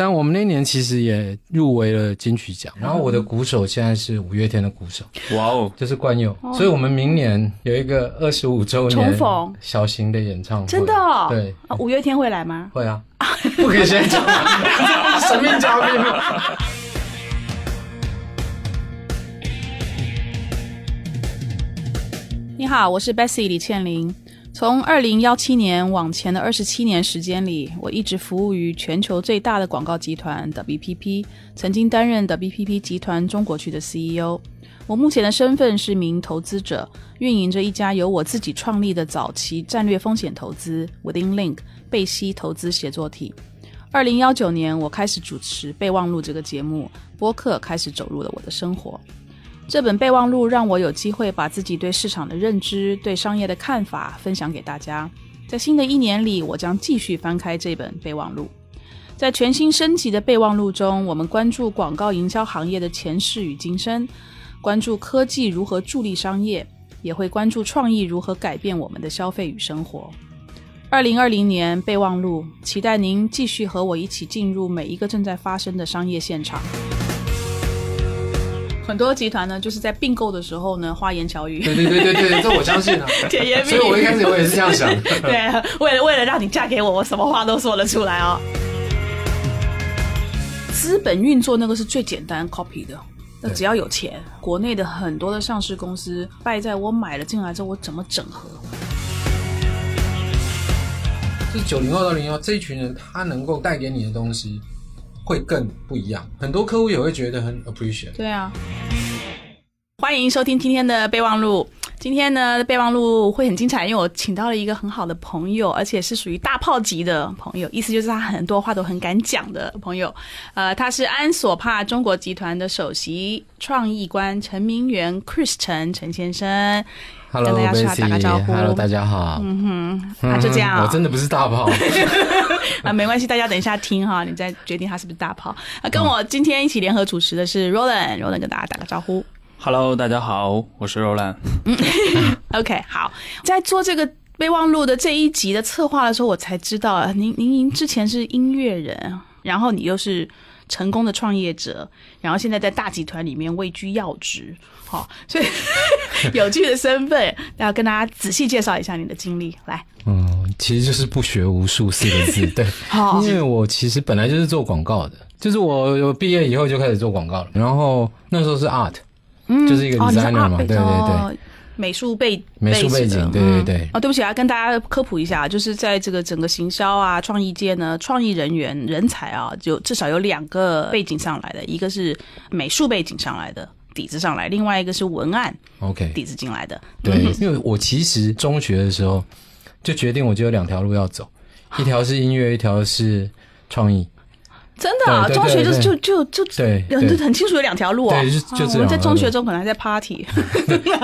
但我们那年其实也入围了金曲奖，然后我嗯的鼓手现在是五月天的鼓手，哇哦，就是冠佑，所以我们明年有一个二十五周重年逢小型的演唱会，真的、哦？对，啊，五月天会来吗？会 啊，不可以先讲， 神秘嘉宾吗？你好，我是 Bessy 李倩玲。从二零幺七年往前的二十七年时间里，我一直服务于全球最大的广告集团 WPP，曾经担任 WPP 集团中国区的 CEO。我目前的身份是名投资者，运营着一家由我自己创立的早期战略风险投资 Within Link 贝西投资协作体。二零幺九年，我开始主持《备忘录》这个节目，播客开始走入了我的生活。这本备忘录让我有机会把自己对市场的认知、对商业的看法分享给大家。在新的一年里，我将继续翻开这本备忘录。在全新升级的备忘录中，我们关注广告营销行业的前世与今生，关注科技如何助力商业，也会关注创意如何改变我们的消费与生活。二零二零年备忘录，期待您继续和我一起进入每一个正在发生的商业现场。很多集团呢，就是在并购的时候呢，花言巧语，对对对对对，这我相信啊， 甜言蜜所语。以我一开始我也是这样想的。 对，为了为了让你嫁给我，我什么话都说得出来哦。资本运作那个是最简单 copy 的，那对只要有钱，国内的很多的上市公司败在我买了进来之后，我怎么整合？就是九零后到零幺这一群人，他能够带给你的东西会更不一样。很多客户也会觉得很 appreciate。对啊。欢迎收听今天的备忘录。今天呢，备忘录会很精彩，因为我请到了一个很好的朋友，而且是属于大炮级的朋友，意思就是他很多话都很敢讲的朋友。呃，他是安索帕中国集团的首席创意官陈明源 Chris 陈陈先生。 Hello 跟大家打个招呼 Bessy，Hello 大家好。嗯啊，就这样啊、 我真的不是大炮。 啊，没关系，大家等一下听哈，你再决定他是不是大炮。啊，嗯跟我今天一起联合主持的是 Roland，Roland 跟大家打个招呼。 Hello，大家好，我是 Roland。 OK，好，在做这个备忘录的这一集的策划的时候，我才知道啊，您您您之前是音乐人，然后你又是成功的创业者，然后现在在大集团里面位居要职，好、 所以有趣的身份，要跟大家仔细介绍一下你的经历，来，嗯，其实就是不学无术四个 字。对，好因为我其实本来就是做广告的，就是我我毕业以后就开始做广告了。然后那时候是 art，就是一个哦，你是 designer 嘛， art 对对对，哦美术背美术背背景，景对对对。啊、对不起啊，跟大家科普一下，啊就是在这个整个行销啊、创意界呢，创意人员人才啊，就至少有两个背景上来的，一个是美术背景上来的底子上来，另外一个是文案 OK，底子进来的。对，因为我其实中学的时候就决定，我就有两条路要 走，一条是音乐，一条是创意。真的啊，对对中学就对就就就对很对很清楚有两条路哦。对就就啊这我们两在条中路学中可能还在 party，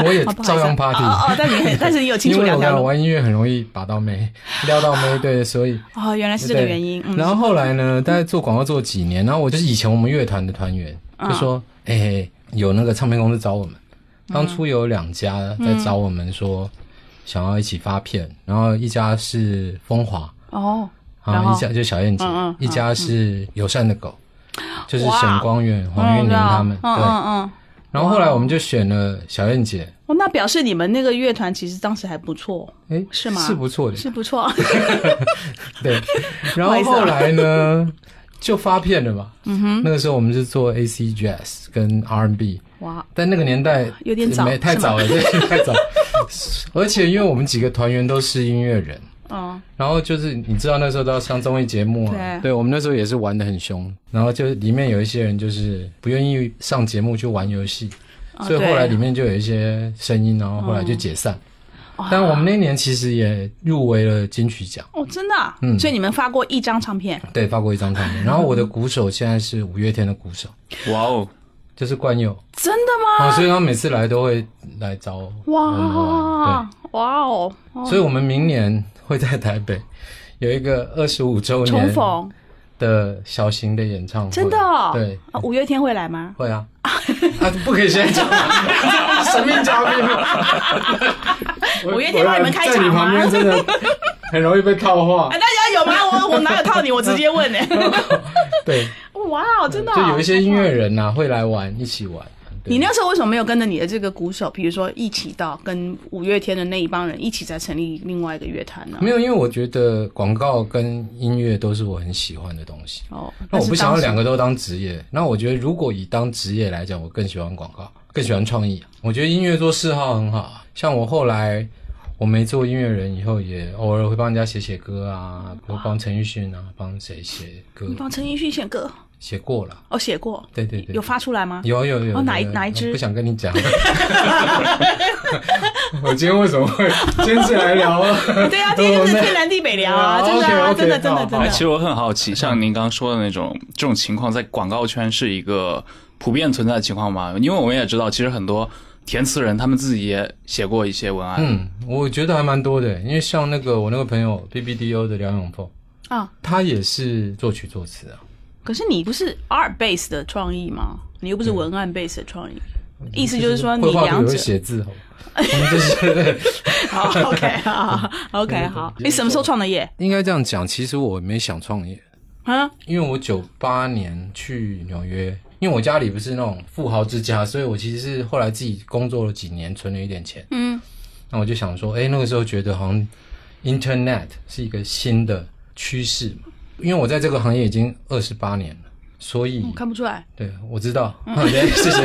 我也哦不好意思照样 party 哦哦，但你很但是你有清因楚为两我条看路玩音乐很容易把到妹，撩到妹，对，所以哦，原来是这个对原因。嗯，然后后来呢，大概做广告做几年，然后我就是以前我们乐团的团员，啊就说，哎、有那个唱片公司找我们，嗯当初有两家在找我们说想要一起发片，然后一家是风华，哦，然啊，后一家就是小燕姐，嗯嗯一家是友善的狗，就是哇沈光远、黄嗯，韵玲对啊他们，嗯对。嗯嗯。然后后来我们就选了小燕姐，哦，那表示你们那个乐团其实当时还不错，哎，是吗是不错的，是不错。 对。然不好后意思啊后来呢，就发片了嘛。嗯哼。那个时候我们是做 AC Jazz 跟 R&B，哇，但那个年代哦有点早没太是吗早了，对， 太早。而且因为我们几个团员都是音乐人，嗯，然后就是你知道那时候都要上综艺节目啊，对我们那时候也是玩的很凶，然后就是里面有一些人就是不愿意上节目去玩游戏，所以后来哦对哦里面就有一些声音，然后后来就解散。但我们那年其实也入围了金曲奖，哦，真的、啊，嗯所以你们发过一张唱片，对，发过一张唱片。然后我的鼓手现在是五月天的鼓手，哇哦，就是冠佑，真的吗？啊，所以他每次来都会来找我们玩，哇，哇哦，对，所以我们明年会在台北有一个二十五周重年逢，的小型的演唱会，真的、哦，对，啊，五月天会来吗？会啊，啊，不可以先讲， 神秘嘉宾嘛。我五月天帮你们开在场你吗哎旁边真的很容易被套话 哎，。大家有吗？我我哪有套你？我直接问呢、对，哇哦，真的、就有一些音乐人。人呐、会来玩，一起玩。对你那时候为什么没有跟着你的这个鼓手，比如说一起到跟五月天的那一帮人一起再成立另外一个乐团呢？没有，因为我觉得广告跟音乐都是我很喜欢的东西。哦，那我不想要两个。个都当职业。那我觉得，如果以当职业来讲，我更喜欢广告，更喜欢创意。啊我觉得音乐做嗜好很好啊。像我后来我没做音乐人以后，也偶尔会帮人家写写歌啊，比如帮陈奕迅啊，帮谁写歌你，帮陈奕迅写歌，写过了。哦，写过，对对对，嗯有发出来吗？有有有哦哪一有有哪一有支不想跟你 讲。 我今天为什么会坚持来聊啊？对啊，今天就是天南地北聊啊，哦真的啊， OK，OK，真的真的好真哎，其的。实我很好奇，像您刚刚说的那种这种情况，在广告圈是一个普遍存在的情况吗？因为我们也知道，其实很多填词人他们自己也写过一些文案。嗯，我觉得还蛮多的，因为像那个我那个朋友 B B D O 的梁永凤，啊，他也是作曲作词啊。可是你不是 art base 的创意吗？你又不是文案 base 的创意，意思就是说你绘画两也会者。写字哦，我们就是 好，OK，好，OK，好。 你什么时候创的业？应该这样讲。其实我没想创业，啊，因为我九八年去纽约，因为我家里不是那种富豪之家，所以我其实是后来自己工作了几年，存了一点钱。嗯，那我就想说，哎，那个时候觉得好像 Internet 是一个新的趋势嘛，因为我在这个行业已经二十八年了，所以、我看不出来对我知道， 对谢谢。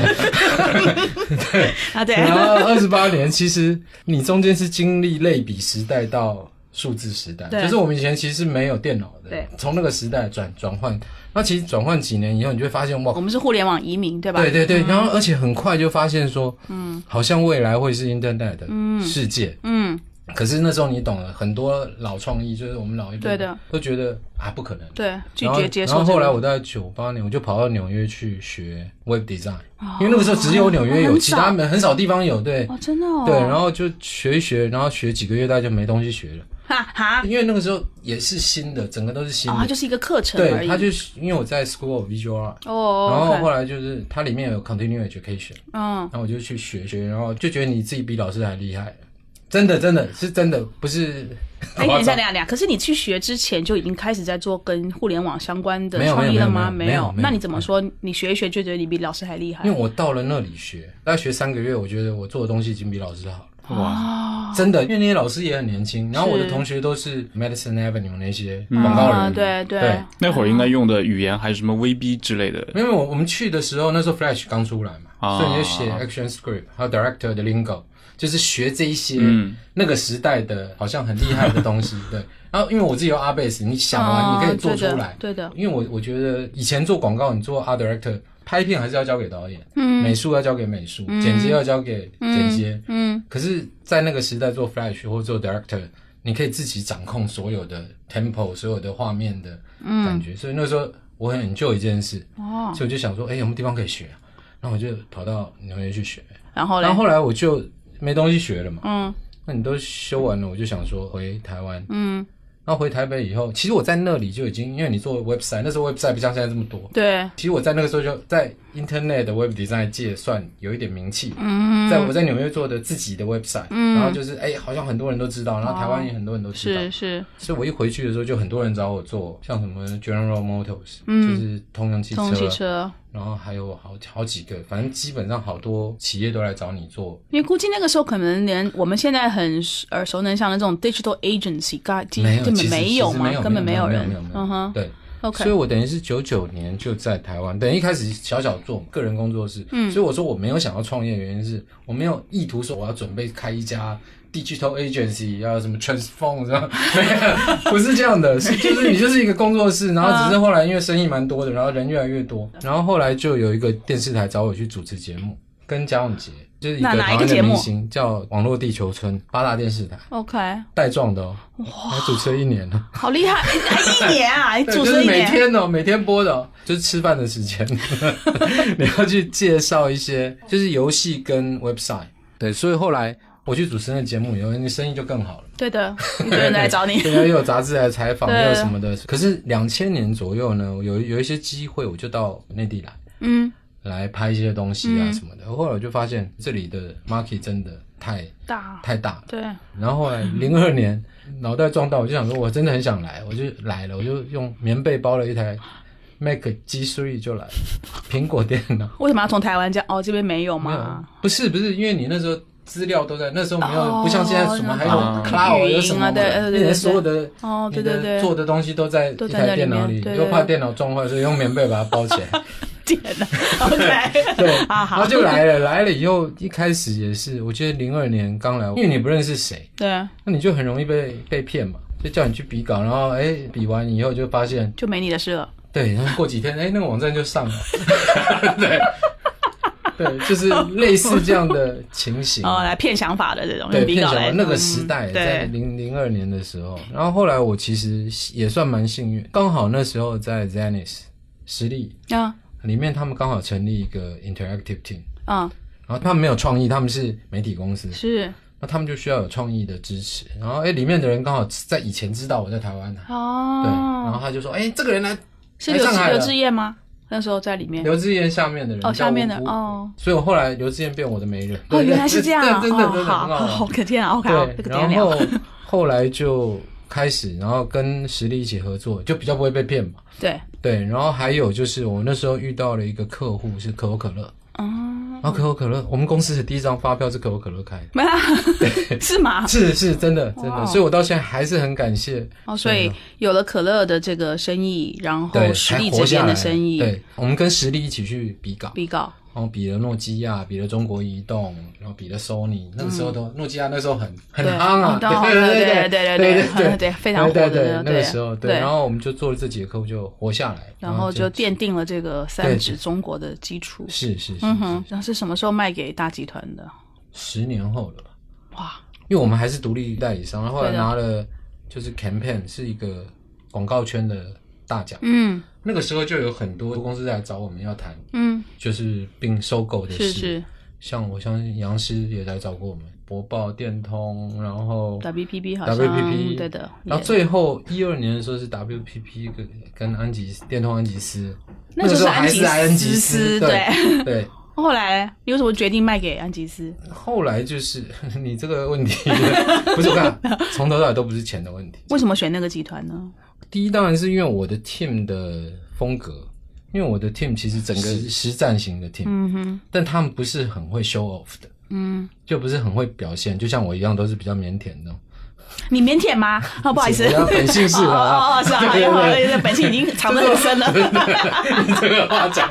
啊，嗯 对，然后二十八年，其实你中间是经历类比时代到数字时代，对就是我们以前其实是没有电脑的对，从那个时代转转换，那其实转换几年以后，你就会发现哇 我，们是互联网移民，哦对吧？嗯对对对，然后而且很快就发现说，嗯，好像未来会是 Internet 的世界。嗯，可是那时候你懂了，很多老创意就是我们老一辈对的都觉得啊不可能，对，拒然后绝接受这然个。后后来我在九八年，我就跑到纽约去学 web design，、因为那个时候只有纽约有，哦很少其他没很少地方有。对、哦，真的哦。对，然后就学一学，然后学几个月，大家就没东西学了，哈哈，因为那个时候也是新的，整个都是新哦，它的。就是一个课程而对，已。他就是因为我在 School of Visual Art，、哦，然后 OK 后来就是它里面有 Continue Education，嗯然后我就去学学，然后就觉得你自己比老师还厉害，真的真的是真的，不是哎，等夸一张下，等一。下，等一下。可是你去学之前就已经开始在做跟互联网相关的没有创意了吗？没有没有没有有没。有那你怎么说？你学一学就觉得你比老师还厉害因为？我到了那里学，大概学三个月，我觉得我做的东西已经比老师好了。嗯哇，哦，真的，因为那些老师也很年轻，然后我的是同学都是 Madison Avenue 那些嗯广告人，啊对对对，那会儿应该用的语言还是什么 VB 之类的。因为我我们去的时候，那时候 Flash 刚出来嘛，啊所以你就写 action script，还有 director 的 lingo，就是学这一些、嗯那个时代的好像很厉害的 东西。对，然后因为我自己有 R base，你想完、哦你可以做出对的来。对的因为我我觉得以前做广告，你做 R director，拍片还是要交给导演，嗯美术要交给美术，剪接要交给剪接。嗯，可是，在那个时代做 Flash 或做 Director，你可以自己掌控所有的 tempo、所有的画面的感觉。所以那时候我很 enjoy 一件事，嗯哦，所以我就想说，哎、有没有地方可以学、啊？然后我就跑到纽约去学。然后嘞然后，后来我就没东西学了嘛。嗯那你都修完了，我就想说回台湾。嗯，然后回台北以后，其实我在那里就已经，因为你做 website，那时候 website 不像现在这么多。对，其实我在那个时候就在 Internet 的 Web Design 界算有一点名气，嗯，在我在纽约做的自己的 website，、然后就是哎、好像很多人都知道，然后台湾也很多人都知道，嗯哦是是，所以我一回去的时候就很多人找我做，像什么 General Motors，、就是通用汽嗯通车，用汽车。然后还有好好几个，反正基本上好多企业都来找你做，因为估计那个时候可能连我们现在很耳熟能详的这种 digital agency，根没有，根其本实没有其实嘛没有，根本没有人没有，没。有嗯哼对。所以，OK，我等于是九九年就在台湾，等于一开始小小做个人工作室。嗯，所以我说我没有想要创业，原因是我没有意图说我要准备开一家 digital agency，要什么 transform 这样， 没有，不是这样的，是就是你就是一个工作室，然后只是嗯后来因为生意蛮多的，然后人越来越多，然后后来就有一个电视台找我去主持节目，跟贾永杰，就是一个那哪台一个湾节的目明星，叫《网络地球村》，八大电视台 OK，带状的哦，我主持了一年了。好厉害，还一年啊，你对主就持是一每年，天哦，每天播的、哦，就是吃饭的时间， 你要去介绍一些，就是游戏跟 website。对，所以后来我去主持那个节目以后，那生意就更好了。对的，一堆人来找你。 对啊，又有杂志来采访，对又有什么的。可是两千年左右呢，有有一些机会，我就到内地来嗯，来拍一些东西啊什么的。后来我就发现这里的 market 真的太大太大了。对，然后后来零二年脑袋撞到，我就想说，我真的很想来，我就来了，我就用棉被包了一台 Mac G Three 就来了，苹果电脑。为什么要从台湾讲？哦，这边没有没吗有？，不是不是，因为你那时候资料都在，那时候没有，哦不像现在什么还有嗯 cloud 有什云啊么，对对对对你的所有的哦，你对对的做对，的东西都在都一在那台里电脑面里，哦对又对怕对电脑撞坏，所以用棉被把它包起来。 天哪 ，OK，对，好然啊好后，就来了，来了以后一开始也是，我觉得零二年刚来，因为你不认识谁，对，那你就很容易被被骗嘛，就叫你去比稿，然后哎比完以后就发现，就没你的事了。对，然后过几天哎那个网站就上了， 对。对，就是类似这样的情形。哦，来骗想法的这种，对，用笔骗稿小来孩那个时代，嗯在对，零零二年的时候，然后后来我其实也算蛮幸运，刚好那时候在 Zenith 实力啊里面，他们刚好成立一个 Interactive Team，啊，然后他们没有创意，他们是媒体公司，是那他们就需要有创意的支持。然后哎，里面的人刚好在以前知道我在台湾啊对，然后哦，他就说，哎，这个人来是来刘上海刘了志业吗？那时候在里面，刘志燕下面的人哦，叫下面吴的吴哦，所以我后来刘志燕变我的媒人，哦，对原来是这样啊，对真的哦真的很好玩好，可见啊，OK，好对这，个点然亮， 后 后来就开始，然后跟实力一起合作，就比较不会被骗嘛。对，对，然后还有就是我那时候遇到了一个客户是可口可乐，哦， 然后可口可乐，我们公司的第一张发票是可口可乐开的。没啦，是吗？是是真的真啊哇哦的，所以我到现在还是很感谢哦，所以对有了可乐的这个生意，然后对实力才活这边下的来生意，对，我们跟实力一起去比稿，比稿然后比了诺基亚，比了中国移动，然后比了 Sony，那个时候都诺基亚那时候很很嗯对夯啊，哦对对对对对对对对对对非常火的对对对那个时候对对，然后我们就做了这节课就活下来，然后就奠定了这个三对指中国的基础。是是是嗯哼，那是什么时候卖给大集团的？十年后了吧，哇，因为我们还是独立代理商，然后后来对的拿了就是 campaign 是一个广告圈的大奖，嗯那个时候就有很多公司来找我们要谈，嗯，就是并收购的是事，是像我相信杨师也来找过我们，博报、电通，然后。 ，WPP 好像 WPP 对的。然后也最后一二年的时候是 WPP 跟跟安吉电通安吉斯，那个就时候安还吉是安吉斯，对对。对。后来你为什么决定卖给安吉斯？后来就是 你这个问题， 不是我看 从头到尾都不是钱的问题。为什么选那个集团呢？第一当然是因为我的 team 的风格，因为我的 team 其实整个实实战型的 team，嗯哼，但他们不是很会 show off 的，嗯，就不是很会表现，就像我一样都是比较腼腆的那种。你腼腆吗？哦，不好意思，请不要本性是哦吧哦哦，是啊，好对对对好好，本性已经藏得很深了。你这个话讲，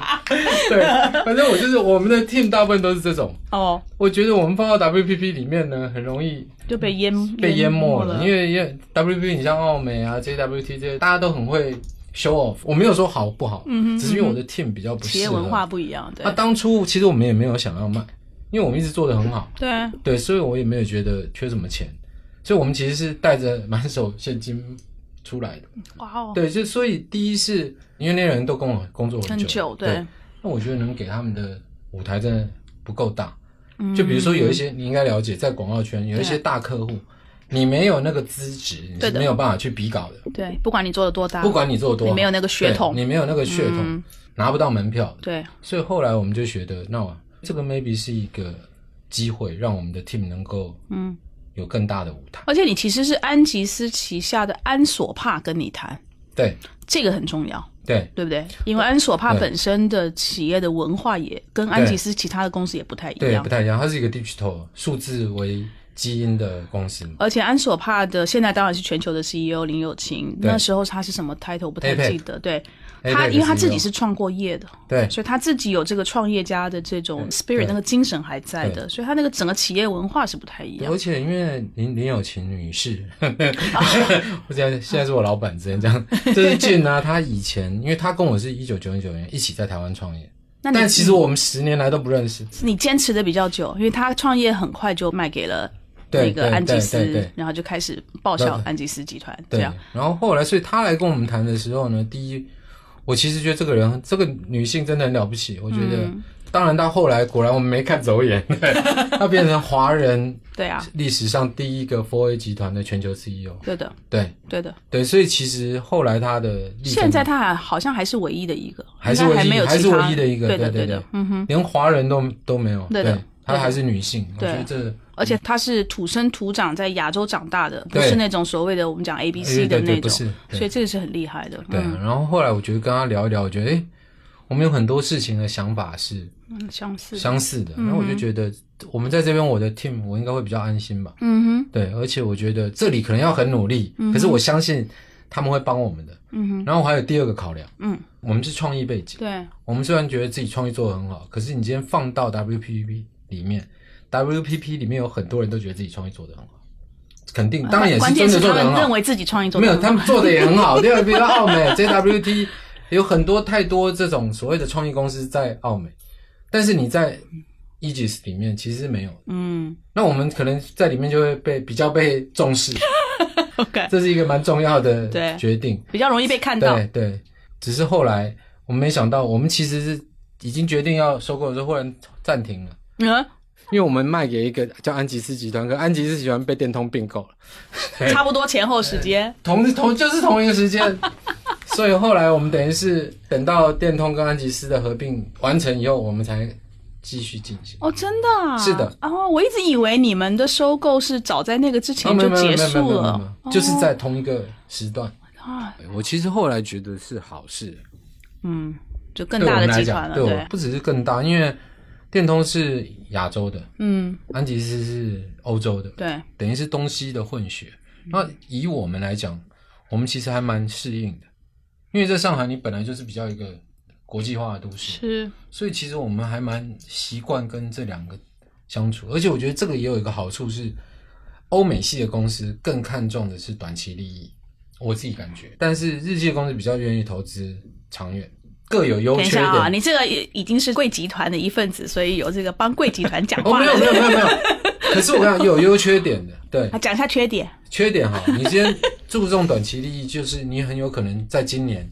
对，反正我就是我们的 team 大部分都是这种。哦，我觉得我们放到 WPP 里面呢，很容易就被淹被淹没了，了，因为因为 WPP 你像奥美啊、JWT 这些，大家都很会 show off。我没有说好不好，嗯哼只是因为我的 team 比较不企适业合。文化不一样，对那、当初其实我们也没有想要卖，因为我们一直做的很好，对，啊对，所以我也没有觉得缺什么钱，所以我们其实是带着满手现金出来的。哇哦，对，就所以第一是因为那些人都跟我工作很久，久对对，那我觉得能给他们的舞台真的不够大。嗯就比如说有一些你应该了解，在广告圈有一些大客户，你没有那个资质，你对是的没有办法去比稿的。对，不管你做的多大，不管你做多好，你没有那个血统对你没有那个血统嗯，拿不到门票的。对，所以后来我们就觉得，那我这个 maybe 是一个机会，让我们的 team 能够嗯，有更大的舞台。而且你其实是安吉斯旗下的安索帕跟你谈，对这个很重要。对，对不对？因为安索帕对本身的企业的文化也跟安吉斯其他的公司也不太一对，样不，太一样，它是一个 digital 数字为基因的公司嘛。而且安索帕的现在当然是全球的 CEO 林友琴，对 E 那时候他是什么 title 我不太 APEC 记得，对 APEC 他，E 的因为他自己 CEO 是创过业的，对所以他自己有这个创业家的这种 spirit 对那个精神还在的，所以他那个整个企业文化是不太一样啊而。且因为林林有琴女士， 我现在现在是我老板之前这 样，就是俊啊，他以前因为他跟我是一九九九年一起在台湾创业，那你但其实我们十年来都不认识。你坚持的比较久，因为他创业很快就卖给了对那个对安吉对斯，对对然后就开始报效对安吉斯集团，这对样，然后后来所以他来跟我们谈的时候呢，第一，我其实觉得这个人这个女性真的很了不起，我觉得。嗯当然，到后来果然我们没看走 眼，她变成华人对啊，历史上第一个 Four A 集团的全球 CEO。对的，对对的。对，所以其实后来他的历程现在他还好像还是唯一的一个，还是应该唯还一没有还其是他唯一的一个对的对的的，嗯哼，连华人都都没有，对的她还是女性，我对觉得这而且她是土生土长在亚洲长大的，不对是那种所谓的我们讲 A B 哎 C 的对对那不种，是对所以嗯这个是很厉害的。对啊。然后后来我觉得跟她聊一聊，我觉得诶，我们有很多事情的想法是嗯，相似。相似嗯的，那我就觉得我们在这边我的 team 我应该会比较安心吧。嗯哼，对，而且我觉得这里可能要很努力，可是我相信他们会帮我们的。嗯哼，然后还有第二个考量，嗯，我们是创意背景，对，我们虽然觉得自己创意做得很好，可是你今天放到 WPP 里面，WPP 里面有很多人都觉得自己创意做得很好，肯定当然也啊关是键真的是做他得很们好认，为自己创意做没得有很好他们做的也很好。第二，比如澳美 JWT 有很多太多这种所谓的创意公司在澳美，但是你在 Aegis 里面其实没有，嗯那我们可能在里面就会被比较被重视， ，OK，这是一个蛮重要对的决定。比较容易被看到。对对，只是后来我们没想到，我们其实是已经决定要收购的时候，忽然暂停了，嗯，因为我们卖给一个叫安吉斯集团，可安吉斯集团被电通并购了，对差不多前后时间。同同就是同一个时 间，所以后来我们等于是等到电通跟安吉斯的合并完成以后，我们才继续进行。哦，真的、啊？是的。哦，我一直以为你们的收购是早在那个之哦前就结束没有没有没有没有了哦没。有就是在同一个时段。啊，哎我其实后来觉得是好事，嗯，就更对我大们的来集讲，团了，对，对，我不只是更大，因为电通是亚洲的，嗯，安吉斯是欧洲的，对，嗯等于是东西的混血。那以我们来讲，我们其实还蛮适应的，因为在上海你本来就是比较一个国际化的都市，是，所以其实我们还蛮习惯跟这两个相处。而且我觉得这个也有一个好处是，欧美系的公司更看重的是短期利益，我自己感觉，但是日系的公司比较愿意投资长远，各有优等一缺下啊，点。你这个已已经是贵集团的一份子，所以有这个帮贵集团讲哦，话没有没有没有没 有，可是我讲有优缺点的，对，啊，讲一下缺点，缺点 哈，你今天注重短期利益，就是你很有可能在今年，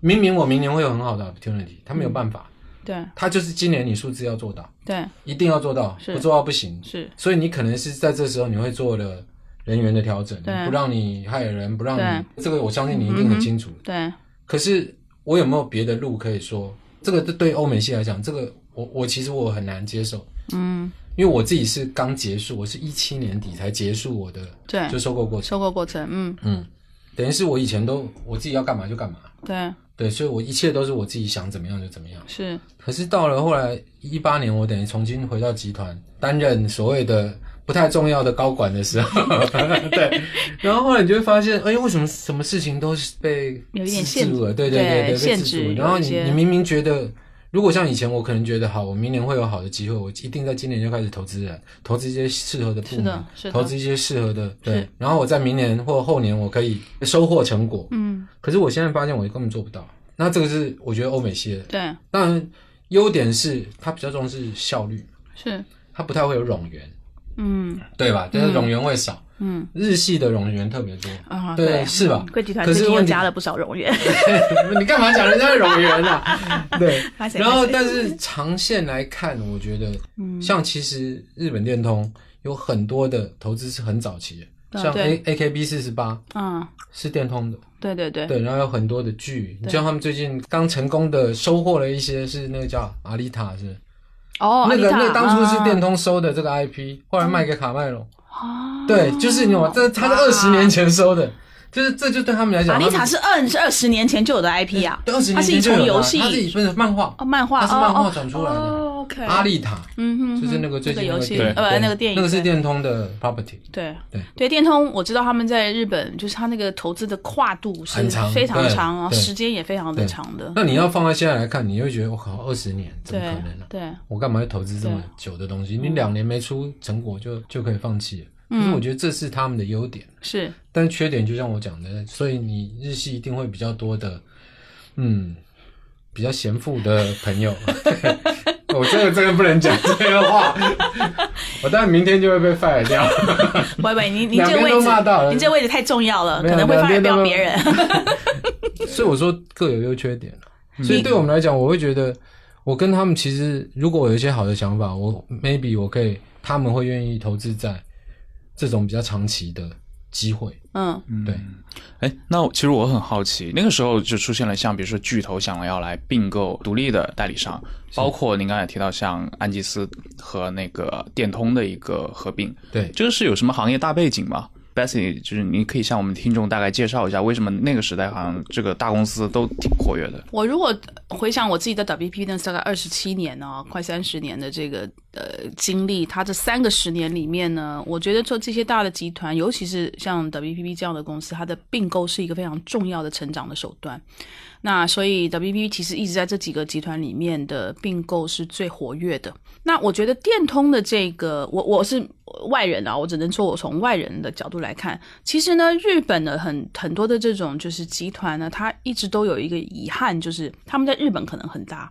明明我明年会有很好的 opportunity，他没有办法，对他就是今年你数字要做到，对一定要做到，是不做到不行。是，所以你可能是在这时候你会做了人员的调整，对不让你害人，不让你这个我相信你一定很清楚。对可是我有没有别的路可以说？这个对欧美系来讲，这个我我其实我很难接受，嗯因为我自己是刚结束，我是一七年底才结束我的对就，收购过程。收购过程，嗯嗯，等于是我以前都我自己要干嘛就干嘛，对对，所以我一切都是我自己想怎么样就怎么样。是，可是到了后来一八年，我等于重新回到集团担任所谓的不太重要的高管的时候， 对，然后后来你就会发现，哎，为什么什么事情都是被有一点制住了？对对对对，被限制制住有了。然后一你些你明明觉得。如果像以前，我可能觉得好，我明年会有好的机会，我一定在今年就开始投资人，投资一些适合的部是门的，是的投资一些适合的，是对。然后我在明年或后年，我可以收获成果。嗯可是我现在发现我根本做不到。那这个是我觉得欧美系的，对当然优点是它比较重视效率，是，它不太会有冗员，嗯对吧？但是冗员会少，嗯日系的冗员特别多。啊对是吧贵集团可是最近又问题加了不少 冗员， 你干嘛讲人家的冗员 啊？对发，现然发后现但是长线来看，我觉得嗯像其实日本电通有很多的投资是很早期的，嗯像对 A A K B 四十八啊，是电通的。对对对，对，然后有很多的剧，你对像他们最近刚成功的收获了一些，是那个叫阿丽塔，是、哦，那个阿丽那塔当初是电啊通收的这个 IP，、后来卖给卡麦隆，啊对，就是你往这他是哇二十年前收的，就是这就对他们来讲，阿丽塔他们是二是二十年前就有的 IP 啊，对二十它年是一前就从有的游啊戏它是一不是漫画哦，，漫画，它是漫画转哦出来的哦，OK，阿丽塔嗯哼，就是那个最这近游戏，电对影呃，那个电影，那个是对嗯电通的 property，对对对，电通我知道他们在日本，就是他那个投资的跨度是很长非常对长啊，对时间也非常的对长的，那你要放在现在来看，你会觉得我靠，二十年怎么对可能呢、对我干嘛要投资这么久的东西？你两年没出成果就就可以放弃了。可嗯是我觉得这是他们的优点，是，但缺点就像我讲的，所以你日系一定会比较多的，嗯，比较贤富的朋友。 我这个真的不能讲这个话， 我当然明天就会被 fire 掉。 喂喂，你你两这个边位都置骂到，了你这个位置太重要了，没可有能会两发边表都别人， 所以我说各有优缺点啊所以对我们来讲，我会觉得我跟他们其实，如果我有一些好的想法，我 maybe 我可以，他们会愿意投资在这种比较长期的机会。嗯对，哎，那其实我很好奇，那个时候就出现了像比如说巨头想要来并购独立的代理商，包括您刚才也提到像安吉斯和那个电通的一个合并，对，这个是有什么行业大背景吗？Bessy，就是你可以向我们听众大概介绍一下，为什么那个时代好像这个大公司都挺活跃的？我如果回想我自己的 WP 呢，大概二十七年哦，快三十年的这个呃经历，它这三个十年里面呢，我觉得做这些大的集团，尤其是像 WPP 这样的公司，它的并购是一个非常重要的成长的手段。那所以 WPP 其实一直在这几个集团里面的并购是最活跃的。那我觉得电通的这个，我我是外人啊，我只能说我从外人的角度来看，其实呢，日本的很很多的这种就是集团呢，它一直都有一个遗憾，就是他们在日本可能很大。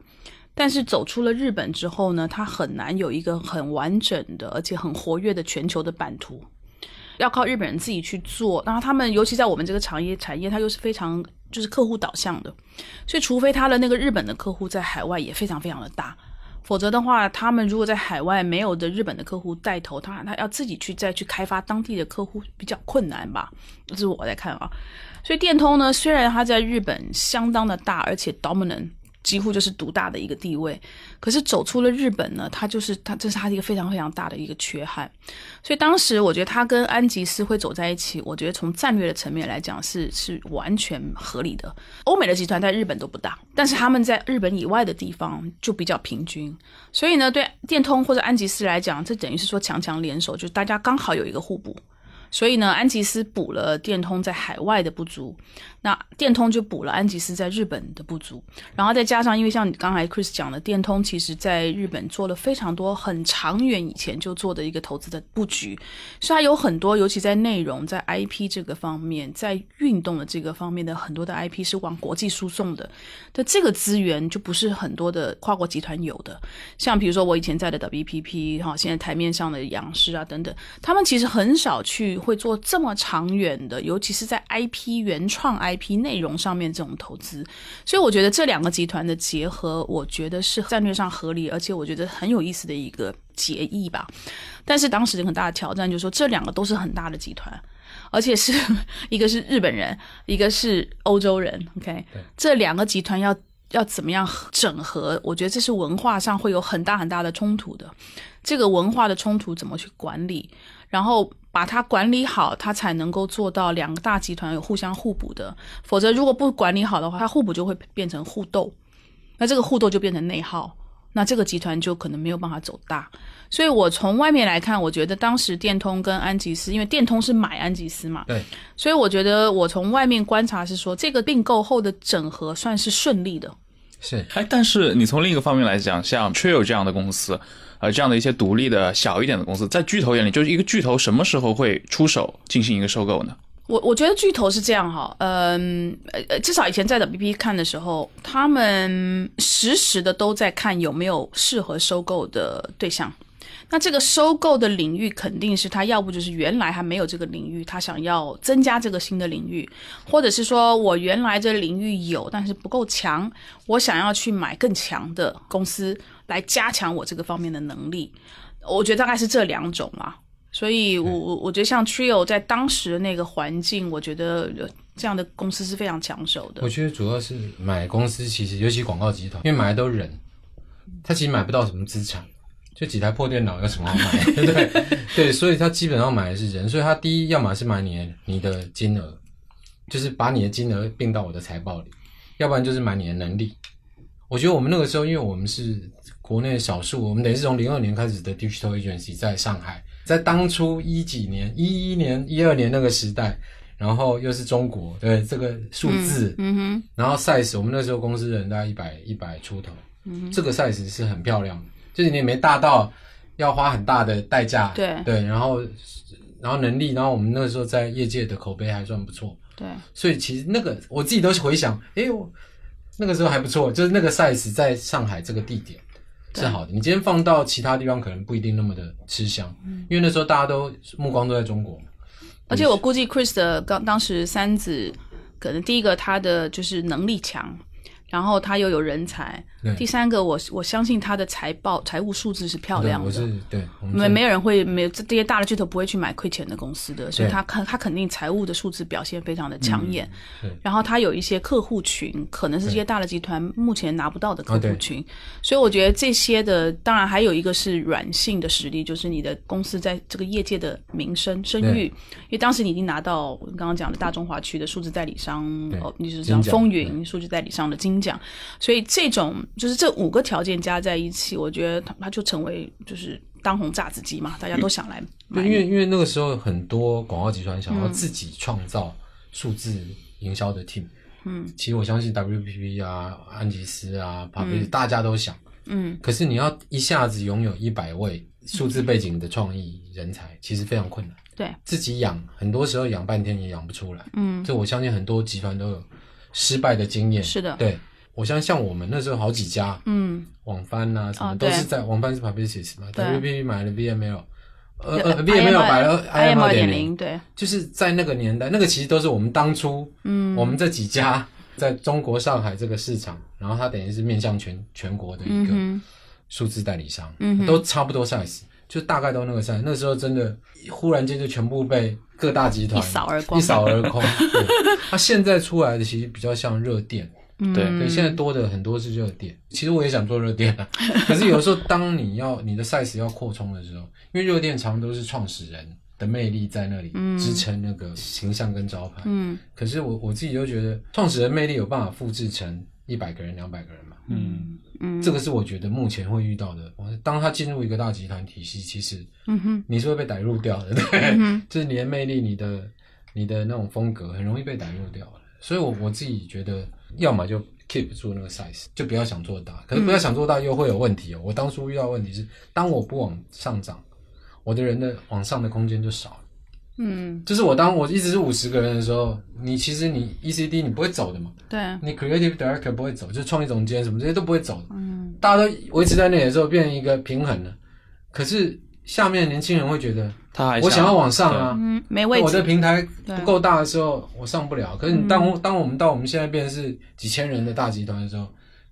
但是走出了日本之后呢，它很难有一个很完整的，而且很活跃的全球的版图，要靠日本人自己去做。然后他们，尤其在我们这个产业产业，它又是非常就是客户导向的，所以除非他的那个日本的客户在海外也非常非常的大，否则的话，他们如果在海外没有的日本的客户带头，他他要自己去再去开发当地的客户比较困难吧，这是我在看啊。所以电通呢，虽然它在日本相当的大，而且 dominant 几乎就是独大的一个地位，可是走出了日本呢，它就是它这是它的一个非常非常大的一个缺憾。所以当时我觉得它跟安吉斯会走在一起，我觉得从战略的层面来讲是是完全合理的。欧美的集团在日本都不大，但是他们在日本以外的地方就比较平均。所以呢，对电通或者安吉斯来讲，这等于是说强强联手，就是大家刚好有一个互补。所以呢，安吉斯补了电通在海外的不足，那电通就补了安吉斯在日本的不足，然后再加上，因为像你刚才 Chris 讲的，电通其实在日本做了非常多很长远以前就做的一个投资的布局，所以它有很多，尤其在内容、在 IP 这个方面，在运动的这个方面的很多的 IP 是往国际输送的，但这个资源就不是很多的跨国集团有的。像比如说我以前在的 WPP 哈，现在台面上的杨氏啊等等，他们其实很少去会做这么长远的，尤其是在 IP 原创 IP 内容上面这种投资。所以我觉得这两个集团的结合，我觉得是战略上合理，而且我觉得很有意思的一个结义吧。但是当时很大的挑战就是说，这两个都是很大的集团，而且是 一个是日本人，一个是欧洲人。OK，这两个集团要要怎么样整合？我觉得这是文化上会有很大很大的冲突的。这个文化的冲突怎么去管理？然后把它管理好，它才能够做到两个大集团有互相互补的。否则，如果不管理好的话，它互补就会变成互斗，那这个互斗就变成内耗，那这个集团就可能没有办法走大。所以我从外面来看，我觉得当时电通跟安吉斯，因为电通是买安吉斯嘛，对，所以我觉得我从外面观察是说，这个并购后的整合算是顺利的。是哎，但是你从另一个方面来讲，像 Trio 这样的公司，呃，这样的一些独立的小一点的公司，在巨头眼里，就是一个巨头什么时候会出手进行一个收购呢？我我觉得巨头是这样哈，嗯，呃，呃至少以前在 WPP 看的时候，他们实时的都在看有没有适合收购的对象。那这个收购的领域肯定是他要不就是原来还没有这个领域，他想要增加这个新的领域，或者是说我原来这个领域有，但是不够强，我想要去买更强的公司来加强我这个方面的能力。我觉得大概是这两种啦。所以我，我我觉得像 Trio 在当时的那个环境，我觉得呃这样的公司是非常抢手的我。觉得主要是买公司，其实尤其广告集团，因为买的都是人，他其实买不到什么资产，就几台破电脑有什么好买，对不 对？对，所以他基本上买的是人，所以他第一要么是买你的你的金额，就是把你的金额并到我的财报里，要不然就是买你的能力。我觉得我们那个时候，因为我们是国内少数，我们等于是从零二年开始的 digital agency 在上海，在当初一几年、一一年、一二年那个时代，然后又是中国，对这个数字，嗯哼，然后 size 我们那时候公司人大概一百一百出头，嗯这个 size 是很漂亮的，就是你也没大到要花很大的代价，对对，然后然后能力，然后我们那时候在业界的口碑还算不错，对，所以其实那个我自己都是回想，诶，我那个时候还不错，就是那个 size 在上海这个地点是好的，你今天放到其他地方可能不一定那么的吃香，嗯因为那时候大家都目光都在中国嘛，而嗯且我估计 Chris 的刚当时三子，可能第一个他的就是能力强，然后它又有人才对。第三个，我我相信它的财报财务数字是漂对，亮我的。是对，我们没是没有人会没有这这些大的巨头不会去买亏钱的公司的，所以对它看它肯定财务的数字表现非常的抢眼。嗯对然后它有一些客户群，可能是这些对大的集团目前拿不到的客啊户对群。所以我觉得这些的，当然还有一个是软性的实力，就是你的公司在这个业界的名声声誉，对因为当时你已经拿到我刚刚讲的大中华区的数字代理商，对哦，你就是金讲奖风云数字代理商的金奖，所以这种就是这五个条件加在一起，我觉得它它就成为就是当红炸子鸡嘛，大家都想来买对，因为因为那个时候很多广告集团想嗯要自己创造数字营销的 team，嗯，其实我相信 WPP 啊、安吉斯啊、帕贝、嗯大家都想，嗯，可是你要一下子拥有一百位数字背景的创意人才，其实非常困难，对，自己养很多时候养半天也养不出来，嗯，这我相信很多集团都有失败的经验，是的对。我相信像我们那时候好几家，嗯，网帆呐、什么、啊都对是在网帆是 Publicis 嘛对，WPP 买了 VML，呃呃呃 VML 买了 IM 二点零，零，对，就是在那个年代，那个其实都是我们当初，嗯，我们这几家在中国上海这个市场，然后它等于是面向全全国的一嗯个哼，数字代理商，嗯哼都差不多 size，就大概都那个 size。那时候真的忽然间就全部被各大集团一扫而光一扫而 空。对，它、现在出来的其实比较像热电，嗯对对，现在多的很多是热点。其实我也想做热点啊， 可是有时候当你要你的 size 要扩充的时候，因为热点常常都是创始人的魅力在那里支撑那个形象跟招牌。嗯可是我我自己就觉得，创始人魅力有办法复制成一百个人、两百个人嘛？嗯嗯，这个是我觉得目前会遇到的。当他进入一个大集团体系，其实嗯哼，你是会被逮入掉的，对，嗯哼就是你的魅力、你的你的那种风格，很容易被逮入掉了。所以我，我自己觉得，要么就 keep 住那个 size，就不要想做大。嗯可是不要想做大，又会有问题哦。我当初遇到的问题是，当我不往上涨，我的人的往上的空间就少了。嗯，就是我当我一直是五十个人的时候，你其实你 ECD 你不会走的嘛，对，你 creative director 不会走，就是创意总监什么这些都不会走的。嗯大家都维持在那里的时候，变成一个平衡了。可是下面的年轻人会觉得，他还我想要往上啊，嗯，没那位我的置，啊嗯平台不够大的时候，我上不了。可是你当、当我们到我们现在变成是几千人的大集团的时候，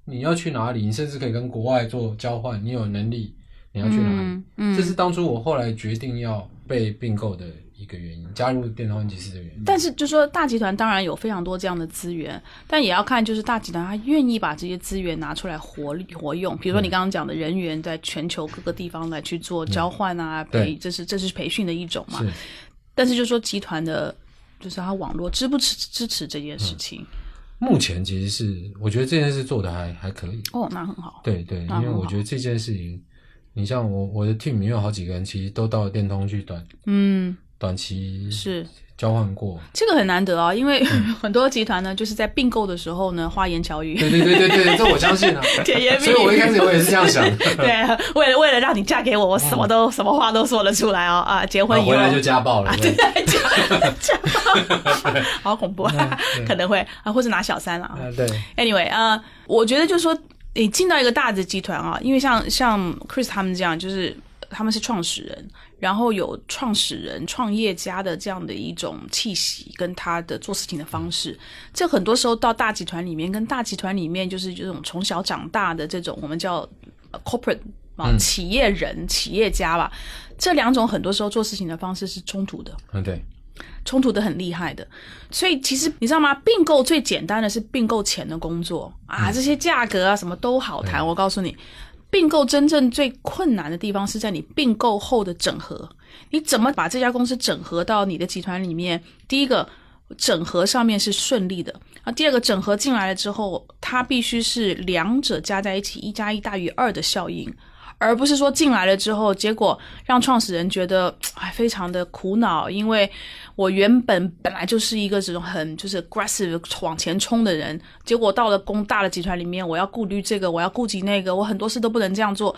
你要去哪里？你甚至可以跟国外做交换，你有能力，你要去哪里？嗯嗯，这是当初我后来决定要被并购的一个原因，加入电通集市的原因。但是就说大集团当然有非常多这样的资源，但也要看就是大集团他愿意把这些资源拿出来活力活用，比如说你刚刚讲的人员在全球各个地方来去做交换啊，对培这是这是培训的一种嘛。是但是就说集团的，就是他网络支不支支持这件嗯事情？目前其实是我觉得这件事做的还还可以。哦，那很好。对对，那因为很我好觉得这件事情，你像我我的 team 里面有好几个人，其实都到了电通去短嗯，短期是交换过。这个很难得啊，因为很多集团呢，就是在并购的时候呢，花言巧语。嗯对对对对对，这我相信 啊。甜言蜜所语以我一开始我也是这样 想， 对，为了为了让你嫁给我，我什么都、什么话都说得出来哦啊！结婚然以后后嗯回来就家暴了。对 好恐怖，啊！可能会啊，或者拿小三了啊。啊对， Anyway，呃，我觉得就是说，你进到一个大的集团啊，因为像像 Chris 他们这样，就是呃他们是创始人，然后有创始人、创业家的这样的一种气息，跟他的做事情的方式，这很多时候到大集团里面，跟大集团里面就是这种从小长大的这种，我们叫呃 corporate 啊，企业人、企业家吧，这两种很多时候做事情的方式是冲突的。嗯对，冲突的很厉害的，所以其实你知道吗？并购最简单的是并购前的工作啊，这些价格啊什么都好谈。我告诉你，并购真正最困难的地方是在你并购后的整合，你怎么把这家公司整合到你的集团里面？第一个。整合上面是顺利的啊，第二个整合进来了之后，它必须是两者加在一起，一加一大于二的效应，而不是说进来了之后，结果让创始人觉得哎非常的苦恼，因为我原本本来就是一个这种很就是 aggressive 往前冲的人，结果到了公大的集团里面，我要顾虑这个，我要顾及那个，我很多事都不能这样做。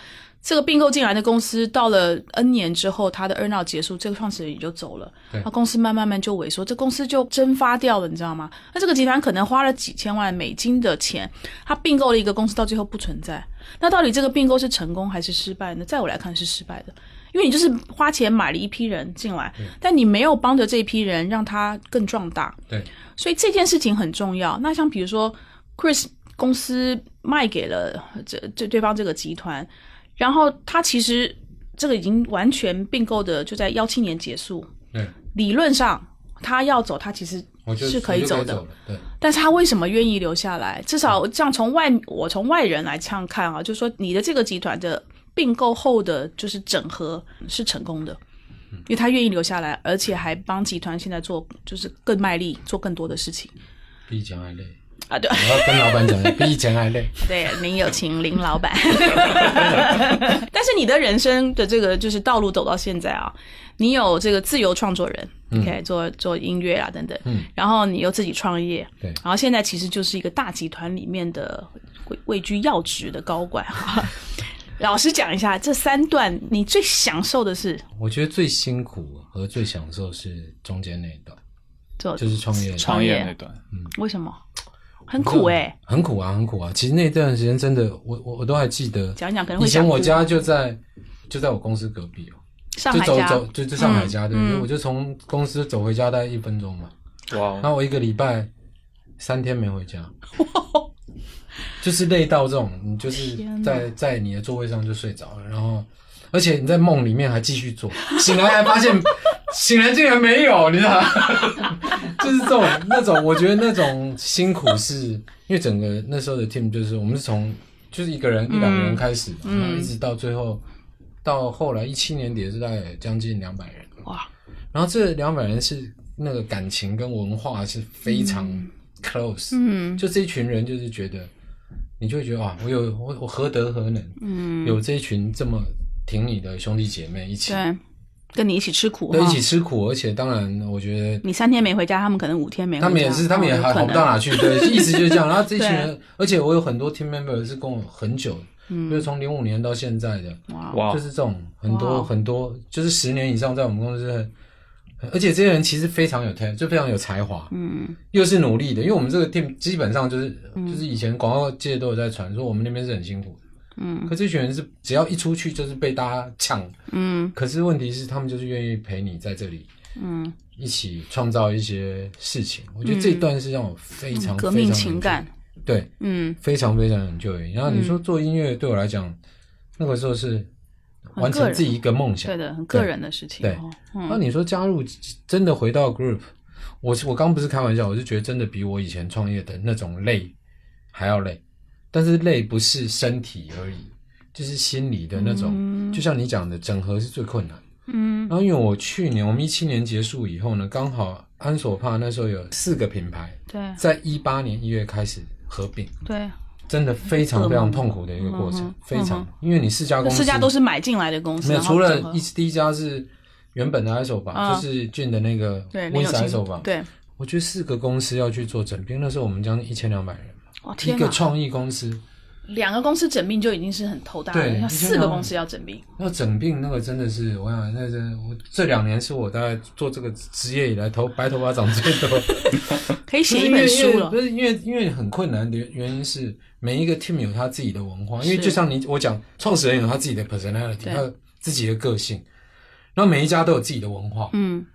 这个并购进来的公司，到了 N 年之后，它的 earn out 结束，这个创始人也就走了，对那公司慢慢慢就萎缩，这公司就蒸发掉了，你知道吗？那这个集团可能花了几千万美金的钱，他并购了一个公司，到最后不存在。那到底这个并购是成功还是失败呢？在我来看是失败的，因为你就是花钱买了一批人进来，嗯但你没有帮着这批人让他更壮大，对所以这件事情很重要。那像比如说 Chris。公司卖给了这这对方这个集团，然后它其实这个已经完全并购的就在幺七年结束，对，理论上它要走，它其实我哦就是可以就走走的，了对，但是他为什么愿意留下来？至少这样从外，我从外人来这样看啊，就是说你的这个集团的并购后的就是整合是成功的，因为他愿意留下来，而且还帮集团现在做就是更卖力，做更多的事情比以前还累。啊。对，我要跟老板讲，比以前还累。 对，您有请林老板。但是你的人生的这个就是道路走到现在啊，你有这个自由创作人、o k 做做音乐啊等等，嗯，然后你又自己创业，对然后现在其实就是一个大集团里面的位位居要职的高管哈。 老实讲一下，这三段你最享受的是我觉得最辛苦和最享受是中间那一段，做就是创业，创创业业那段，为什么？很苦哎、很苦啊，很苦啊。其实那段时间真的，我我我都还记得。讲一讲可能会以前想我哭家就在就在我公司隔壁哦，上就海走家走就就上海家，对，嗯就我就从公司走回家大概一分钟嘛。哇然，后我一个礼拜三天没回家，就是累到这种，你就是天哪在在你的座位上就睡着了，然后而且你在梦里面还继续做，醒来还发现醒来竟然没有，你知道吗？ 就是这种那种，我觉得那种辛苦是因为整个那时候的 team 就是我们是从就是一个人一两个人开始嘛，嗯然后一直到最后到后来一七年底是大概将近两百人。哇，然后这两百人是那个感情跟文化是非常 close，、嗯就这一群人就是觉得，你就会觉得啊，我有我我何德何能，嗯，有这一群这么挺你的兄弟姐妹一起，对，跟你一起吃苦哈，对，一起吃苦，而且当然我觉得你三天没回家，他们可能五天没回家。他们也是，他们也哦还好不到。有可能哪去，对，意思就是这样。然后这一群对嗯人，而且我有很多 team member 是跟我很久，就是从零五年到现在的，哇就是这种很哇多哦很多，就是十年以上在我们公司很，很而且这些人其实非常有 talent，就非常有才华，嗯又是努力的。因为我们这个 team 基本上就是就是以前广告界都有在传说我们那边是很辛苦的，嗯可这群人是只要一出去就是被大家抢，嗯可是问题是他们就是愿意陪你在这里嗯，一起创造一些事情。我觉得这一段是让我非常嗯革命非常情感 enjoy，，对，嗯，非常非常 enjoy。然后你说做音乐对我来讲，那个时候是很完个成人自己一个梦想对。的，很个人的事情。对哦，那嗯，你说加入真的回到 group，我是我刚不是开玩笑，我是觉得真的比我以前创业的那种累还要累，但是累不是身体而已，就是心理的那种，就像你讲的，整合是最困难。嗯，然后因为我去年我们一七年结束以后呢，刚好安索帕那时候有四个品牌对在一八年一月开始合并，对，真的非常非常痛苦的一个过程，嗯哼非常，因为你四家这公司四家都是买进来的公司，没有，然后除了整合一第一家是原本的 ISO 吧，啊就是俊的那个对 Win 林有 ISO 吧清，。对，我觉得四个公司要去做整并，那时候我们将近一千两百人嘛，哇一天个哪，创意公司两个公司整并就已经是很头大了，对你要四先个让公司要整并，要整并，那个真的是我想，那真的我这两年是我大概做这个职业以来头白头发长最多。可以写一本书了不。是因为因为不是因为因为很困难的原因是每一个 team 有他自己的文化，因为是就像你我讲，创始人有他自己的 personality，对他有自己的个性，然后每一家都有自己的文化，嗯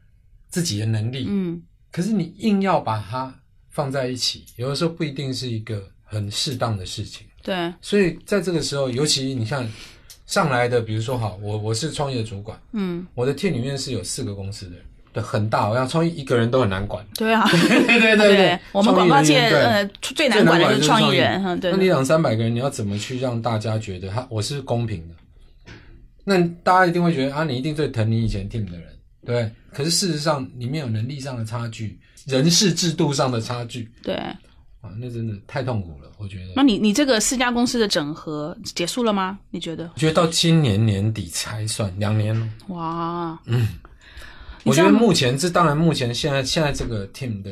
自己的能力，嗯，可是你硬要把它放在一起，有的时候不一定是一个很适当的事情。对，所以在这个时候，尤其你看上来的，比如说好，我我是创业主管，嗯我的 team 里面是有四个公司的人，对，很大，我想创业一个人都很难 管。对啊，对对对对，我们广告界创意人员呃最难管的就是创意人，嗯，对那，你两三百个人，你要怎么去让大家觉得他我是公平的？那大家一定会觉得啊，你一定最疼你以前 team 的人，对不对。可是事实上，里面有能力上的差距，人事制度上的差距对。啊，那真的太痛苦了。我觉得，那你你这个四家公司的整合结束了吗？你觉得？我觉得到今年年底才算两年了。哇，你嗯我这觉样得目前这当然目前现在现在这个 team 的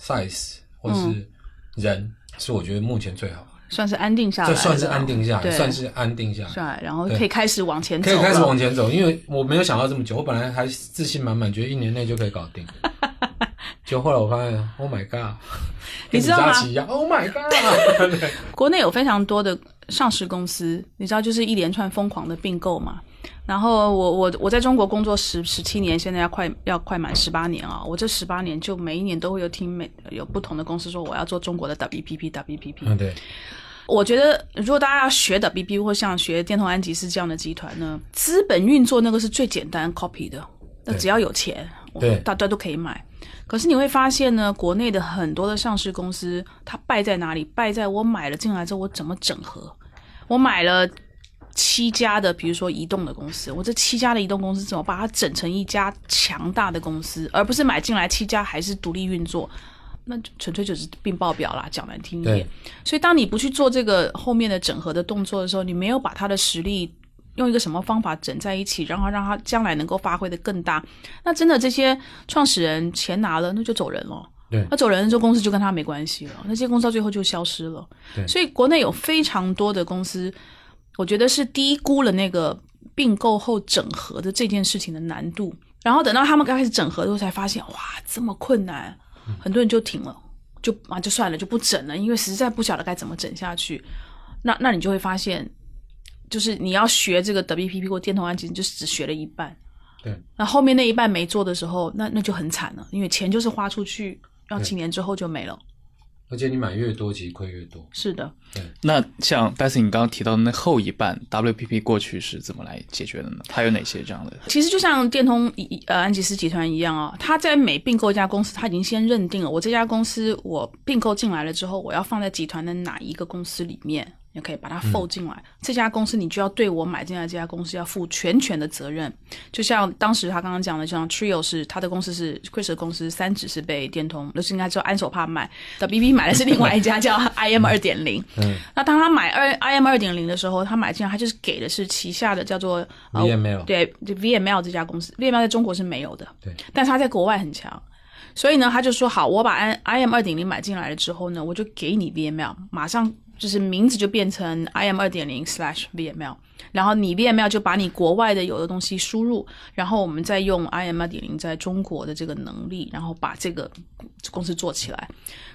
size 或嗯是人、是我觉得目前最好的，算是安定下来这了，算是安定下来，对算是安定下来是。吧？然后可以开始往前走可以了，开始往前走，因为我没有想到这么久，我本来还自信满满，觉得一年内就可以搞 定。就后来我发现，Oh my god，你跟知道吗扎奇一样，Oh my god， 国内有非常多的上市公司，你知道，就是一连串疯狂的并购嘛。然后我我我在中国工作十十七年，现在要快要快满十八年啊！我这十八年就每一年都会有听每有不同的公司说我要做中国的 WPP WPP。嗯，对，我觉得如果大家要学 WPP 或像学电通安吉斯这样的集团呢，资本运作那个是最简单 copy 的，那对只要有钱，我对大家都可以买。可是你会发现呢，国内的很多的上市公司，它败在哪里？败在我买了进来之后，我怎么整合？我买了七家的，比如说移动的公司，我这七家的移动公司怎么把它整成一家强大的公司，而不是买进来七家还是独立运作？那就纯粹就是并报表啦，讲难听一点对。所以，当你不去做这个后面的整合的动作的时候，你没有把它的实力用一个什么方法整在一起，然后让它将来能够发挥的更大，那真的这些创始人钱拿了，那就走人了。对那走人之后，公司就跟他没关系了，那这些公司到最后就消失了。对所以国内有非常多的公司，我觉得是低估了那个并购后整合的这件事情的难度，然后等到他们刚开始整合的时候，才发现哇这么困难，很多人就停了，就啊就算了，就不整了，因为实在不晓得该怎么整下去。那那你就会发现，就是你要学这个 WPP 或电通安吉，你就只学了一半。对，那后面那一半没做的时候，那那就很惨了，因为钱就是花出去，要几年之后就没了。而且你买越多，其实亏越多。是的，那像 Bessy 你刚刚提到的那后一半 WPP 过去是怎么来解决的呢？它有哪些这样的？其实就像电通一呃安吉斯集团一样啊，他在每并购一家公司，他已经先认定了我这家公司我并购进来了之后，我要放在集团的哪一个公司里面，也可以把它 fold 进来。这家公司你就要对我买进来这家公司要负全权的责任。就像当时他刚刚讲的，就像 Trio 是他的公司是 Chris 的公司，三指是被电通，就是应该叫安手帕买，WB 买的是另外一家叫 IM 二点零。嗯那当他买二 IM 二点零的时候，他买进来，他就是给的是旗下的叫做呃 VML 对就 VML 这家公司，VML 在中国是没有的，对，但是他在国外很强。所以呢，他就说好，我把 I M 二点零买进来了之后呢，我就给你 V M L，马上就是名字就变成 I M 二点零 slash V M L，然后你 V M L 就把你国外的有的东西输入，然后我们再用 I M 二点零在中国的这个能力，然后把这个公司做起来。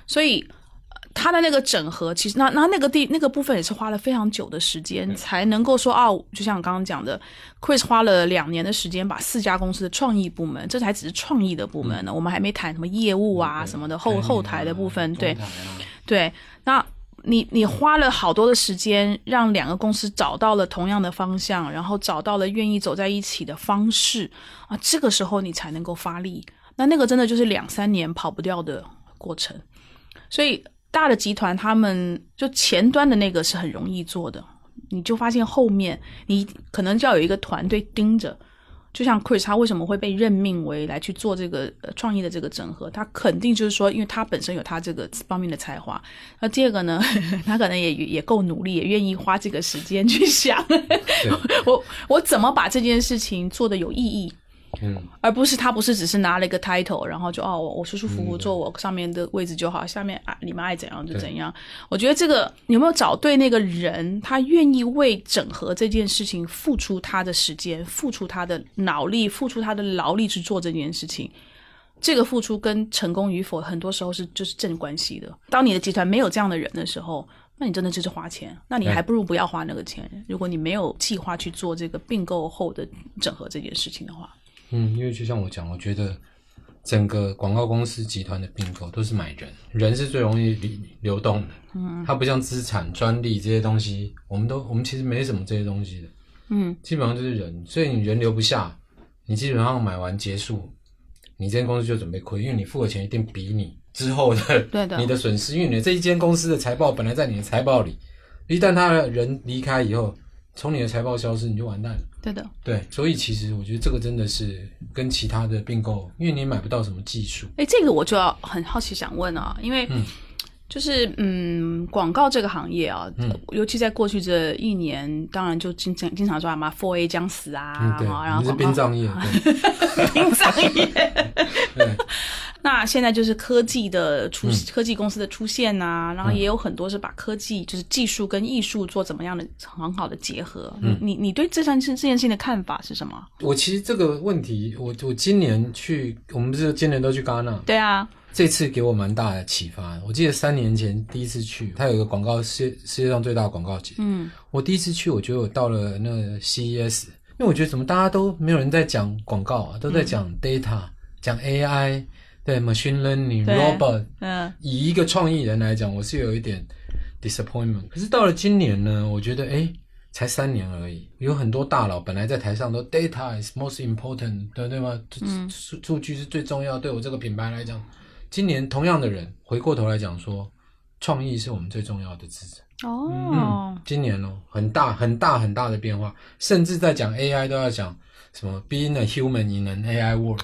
所以呃他的那个整合，其实那那那个地那个部分也是花了非常久的时间，才能够说啊，就像我刚刚讲的，Chris 花了两年的时间把四家公司的创意部门，这才只是创意的部门呢，我们还没谈什么业务嗯啊什么的后后台的部分，对中台啊对，那。你你花了好多的时间，让两个公司找到了同样的方向，然后找到了愿意走在一起的方式啊，这个时候你才能够发力。那那个真的就是两三年跑不掉的过程。所以大的集团他们就前端的那个是很容易做的，你就发现后面你可能就要有一个团队盯着。就像 Chris 他为什么会被任命为来去做这个呃创意的这个整合，他肯定就是说，因为他本身有他这个方面的才华。那第二个呢， 他可能也也够努力，也愿意花这个时间去想， 我我怎么把这件事情做的有意义，嗯，而不是他不是只是拿了一个 title，然后就哦，我我舒舒服服坐我上面的位置就好，下面啊你们爱怎样就怎样。我觉得这个有没有找对那个人，他愿意为整合这件事情付出他的时间、付出他的脑力、付出他的劳力去做这件事情。这个付出跟成功与否，很多时候是就是正关系的。当你的集团没有这样的人的时候，那你真的就是花钱，那你对还不如不要花那个钱。如果你没有计划去做这个并购后的整合这件事情的话，嗯，因为就像我讲，我觉得整个广告公司集团的并购都是买人，人是最容易流流动的。嗯，它不像资产、专利这些东西，我们都我们其实没什么这些东西的。嗯，基本上就是人，所以你人留不下，你基本上买完结束，你这间公司就准备亏，因为你付的钱一定比你之后的对的你的损失，因为你的这一间公司的财报本来在你的财报里，一旦他的人离开以后，从你的财报消失，你就完蛋了。对的，对，所以其实我觉得这个真的是跟其他的并购，因为你买不到什么技术，哎，这个我就要很好奇想问啊，因为嗯就是嗯，广告这个行业啊，嗯尤其在过去这一年，当然就经常经常说什么 Four A 将死啊，嗯，对，然后你是广殡告葬业，对 殡葬业。 对 嗯那现在就是科技的出、科技公司的出现呐、然后也有很多是把科技就是技术跟艺术做怎么样的很好的结合。嗯你你你对这件事这件事情的看法是什么？我其实这个问题，我我今年去，我们不是今年都去戛纳，对啊，这次给我蛮大的启发。我记得三年前第一次去，它有一个广告世界世界上最大的广告节，嗯我第一次去，我觉得我到了那个 CES，因为我觉得怎么大家都没有人在讲广告啊，都在讲 data，、讲 AI，对 machine learning 对 robot。嗯以一个创意人来讲，我是有一点 disappointment。可是到了今年呢，我觉得哎，才三年而已，有很多大佬本来在台上都 data is most important，对对吗？嗯数数据是最重要，对我这个品牌来讲，今年同样的人回过头来讲说，创意是我们最重要的资产。哦，嗯今年哦，很大很大很大的变化，甚至在讲 AI 都要讲什么 being a human in an AI world，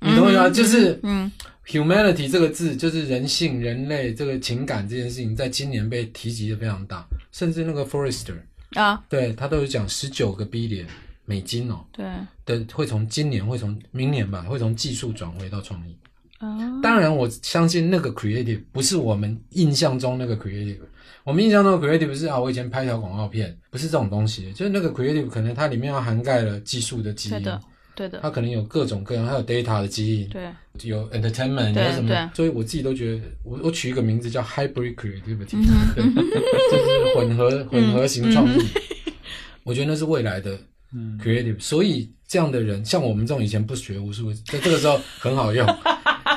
你懂我意思吗？就是嗯 humanity 这个字，就是人性、人类这个情感这件事情，在今年被提及的非常大，甚至那个 Forrester 啊，对他都有讲十九个 billion 美金哦对，的，会从今年会从明年吧，会从技术转回到创意。哦，当然，我相信那个 creative 不是我们印象中那个 creative。我们印象中的 creative 是啊，我以前拍条广告片，不是这种东西，就是那个 creative 可能它里面要涵盖了技术的基对因，的，对的，它可能有各种各样，还有 data 的基因，对，有 entertainment，对有什对么，所以我自己都觉得，我我取一个名字叫 hybrid creativity，、嗯哼对，就是混合混合型创意。嗯 我觉得那是未来的 creative，、所以这样的人，像我们这种以前不学无术，在这个时候很好 用，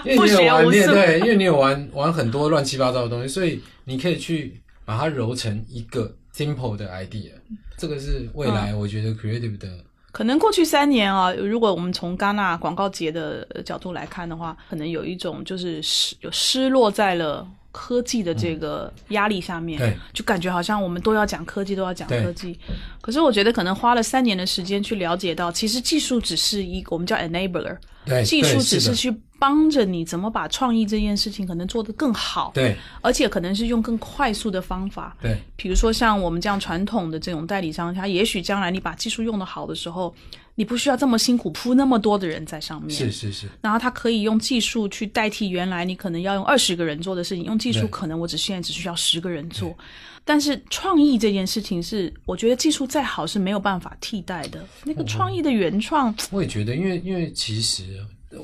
因为你有玩不学无术你也对，因为你有玩玩很多乱七八糟的东西，所以你可以去把它揉成一个 simple 的 idea。这个是未来嗯我觉得 creative 的，可能过去三年啊，如果我们从戛纳广告节的呃角度来看的话，可能有一种就是失有失落在了科技的这个压力下面，对就感觉好像我们都要讲科技，都要讲对科技。可是我觉得可能花了三年的时间去了解到，其实技术只是一个我们叫 enabler，对，技术哎对只是是的去帮着你怎么把创意这件事情可能做得更好，对而且可能是用更快速的方法。对比如说像我们这样传统的这种代理商，他也许将来你把技术用得好的时候，你不需要这么辛苦铺那么多的人在上面。是是是，然后他可以用技术去代替原来你可能要用二十个人做的事情，用技术对可能我只现在只需要十个人做。但是创意这件事情是，我觉得技术再好是没有办法替代的。那个创意的原创，我也觉得，因为因为其实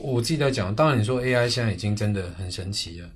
我自己在讲，当然你说 AI 现在已经真的很神奇了，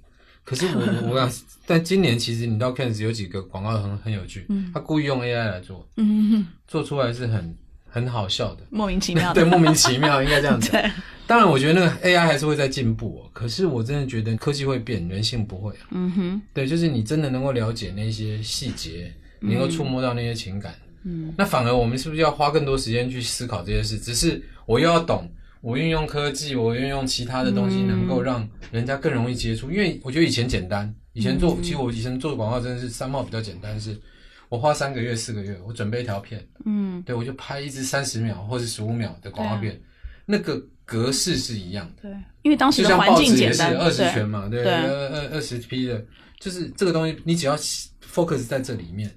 可是 我我想，但今年其实你到 Cannes 有几个广告很很有趣，他故意用 AI 来做，嗯，做出来是很很好笑的，莫名其妙对，的，莫名其妙，应该这样讲。 对，当然，我觉得那个 AI 还是会在进步、哦，可是我真的觉得科技会变，人性不会、啊。嗯哼，对，就是你真的能够了解那些细节，你能够触摸到那些情感，嗯，那反而我们是不是要花更多时间去思考这些事？只是我又要懂，我运用科技，我运用其他的东西，能够让人家更容易接触。因为我觉得以前简单，以前做，其实我以前做广告真的是三毛比较简单，是我花三个月、四个月，我准备一条片，嗯，对我就拍一支三十秒或是十五秒的广告片，那个格式是一样的。对，因为当时 就的像环报纸境也简是单，二十对拳嘛，对，对二二二十批的，就是这个东西，你只要 focus 在这里面。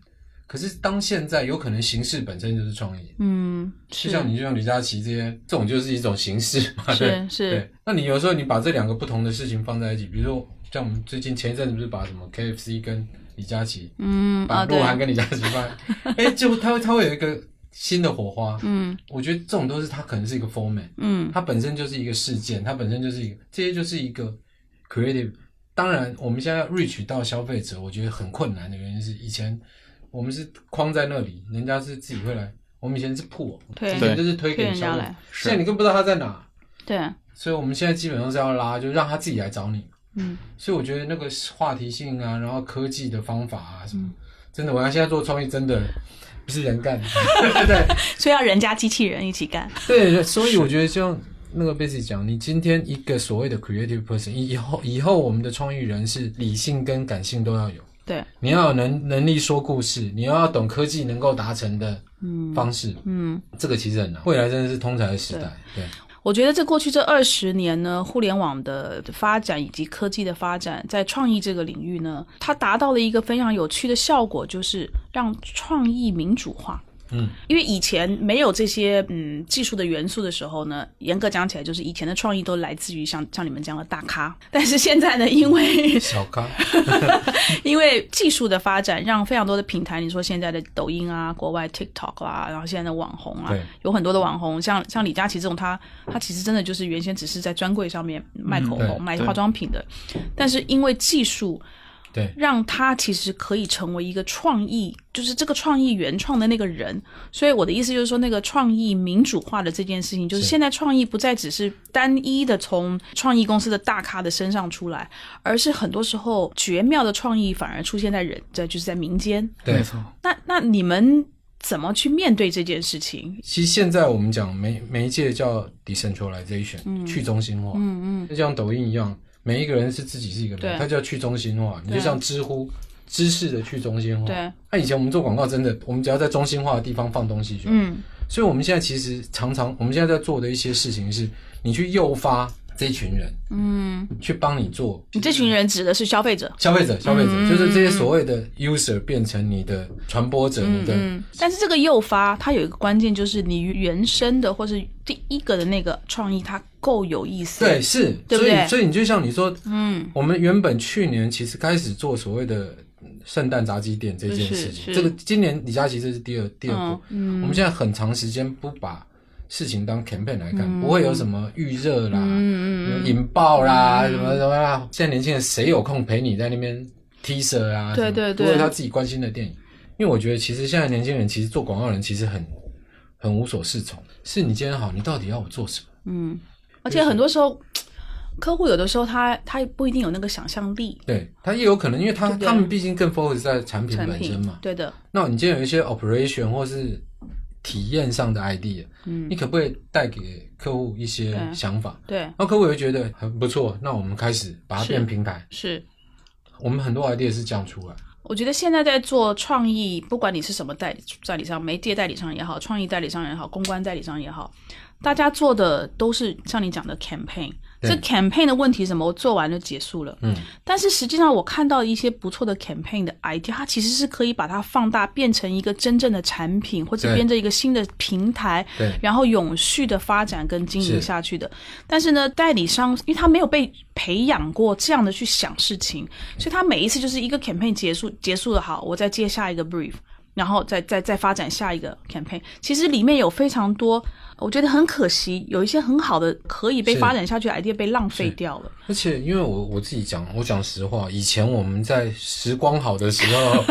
可是当现在有可能形式本身就是创意，嗯，就是像你就像李佳琦这些，这种就是一种形式嘛，对是是对。那你有时候你把这两个不同的事情放在一起，比如说像我们最近前一阵子不是把什么 KFC 跟李佳琦，嗯把啊鹿对，晗跟李佳琦 放，哎，就他他会有一个新的火花。嗯我觉得这种都是它可能是一个 format，嗯它本身就是一个事件，它本身就是一个，这些就是一个 creative。当然，我们现在要 reach 到消费者，我觉得很困难的原因是，以前我们是框在那里，人家是自己会来，我们以前是铺，对以前就是推推给人家消费者来，现在你更不知道他在哪，对，所以我们现在基本上是要拉，就让他自己来找你。嗯，所以我觉得那个话题性啊，然后科技的方法啊什嗯么，真的，我要现在做创意，真的不是人 干的，对。所以要人家机器人一起干，对，所以我觉得像那个 b a s y 讲，你今天一个所谓的 creative person，以以后以后我们的创意人是理性跟感性都要有，对，你要有能能力说故事，你要懂科技能够达成的方式，嗯，这个其实很难。未来真的是通才的时代，对，我觉得这过去这二十年呢，互联网的发展以及科技的发展，在创意这个领域呢，它达到了一个非常有趣的效果，就是让创意民主化。嗯，因为以前没有这些嗯技术的元素的时候呢，严格讲起来，就是以前的创意都来自于像像你们这样的大咖。 但是现在呢，因为小咖，因为技术的发展，让非常多的平台，你说现在的抖音啊、国外 TikTok 啊，然后现在的网红啊对，有很多的网红，像像李佳琦这种，他他其实真的就是原先只是在专柜上面卖口红、嗯对卖对化妆品的，但是因为技术。对，让他其实可以成为一个创意，就是这个创意原创的那个人。所以我的意思就是说，那个创意民主化的这件事情，就是是现在创意不再只是单一的从创意公司的大咖的身上出来，而是很多时候绝妙的创意反而出现在人，在就是在民间。对没错，那那你们怎么去面对这件事情？其实现在我们讲媒媒介叫 decentralization，、去中心化，嗯嗯，就像抖音一样，每一个人是自己是一个对人，它叫去中心化。你就对像知乎知识的去中心化。对，啊那以前我们做广告真的，我们只要在中心化的地方放东西就好。嗯，所以我们现在其实常常，我们现在在做的一些事情是，你去诱发这群人，嗯，去帮你做你这群人指的是消费者。消费者，消费者、嗯就是这些所谓的 user 变成你的传播者，你的、嗯，但是这个诱发它有一个关键，就是你原生的或是第一个的那个创意，它够有意思。对，是，对不对所以所以你就像你说，嗯，我们原本去年其实开始做所谓的圣诞炸鸡店这件事是是嗯情，这个今年李佳琦这是第二第二波，我们现在很长时间不把。事情当 campaign 来看，嗯不会有什么预热啦、引爆啦、什么什么啦。现在年轻人谁有空陪你在那边 teaser 啊？对什么对对都是他自己关心的电影。因为我觉得，其实现在年轻人其实做广告人其实很很无所适从。是你今天好，你到底要我做什么？而且很多时候，客户有的时候他他不一定有那个想象力。对，它也有可能，因为它对不对他们毕竟更 focus 在产品产本身品嘛。对的，那你今天有一些 operation 或是体验上的 idea，、嗯你，可不可以带给客户一些对想法？对，那客户也会觉得嗯很不错，那我们开始把它是变平台。是。我们很多 idea 是这样出来，我觉得现在在做创意，不管你是什么代理代理商，媒介代理商也好，创意代理商也好，公关代理商也好，大家做的都是像你讲的 campaign。这对 campaign 的问题是什么？我做完就结束了。嗯，但是实际上我看到一些不错的 campaign 的 idea，它其实是可以把它放大，变成一个真正的产品，或者对变成一个新的平台， 对然后永续的发展跟经营是下去的。但是呢，代理商因为他没有被培养过这样的去想事情，所以他每一次就是一个 campaign 结束结束的好，我再接下一个 brief。然后再再再发展下一个 campaign，其实里面有非常多，我觉得很可惜，有一些很好的可以被是发展下去的 idea 被浪费掉了。而且因为我我自己讲，我讲实话，以前我们在时光好的时候，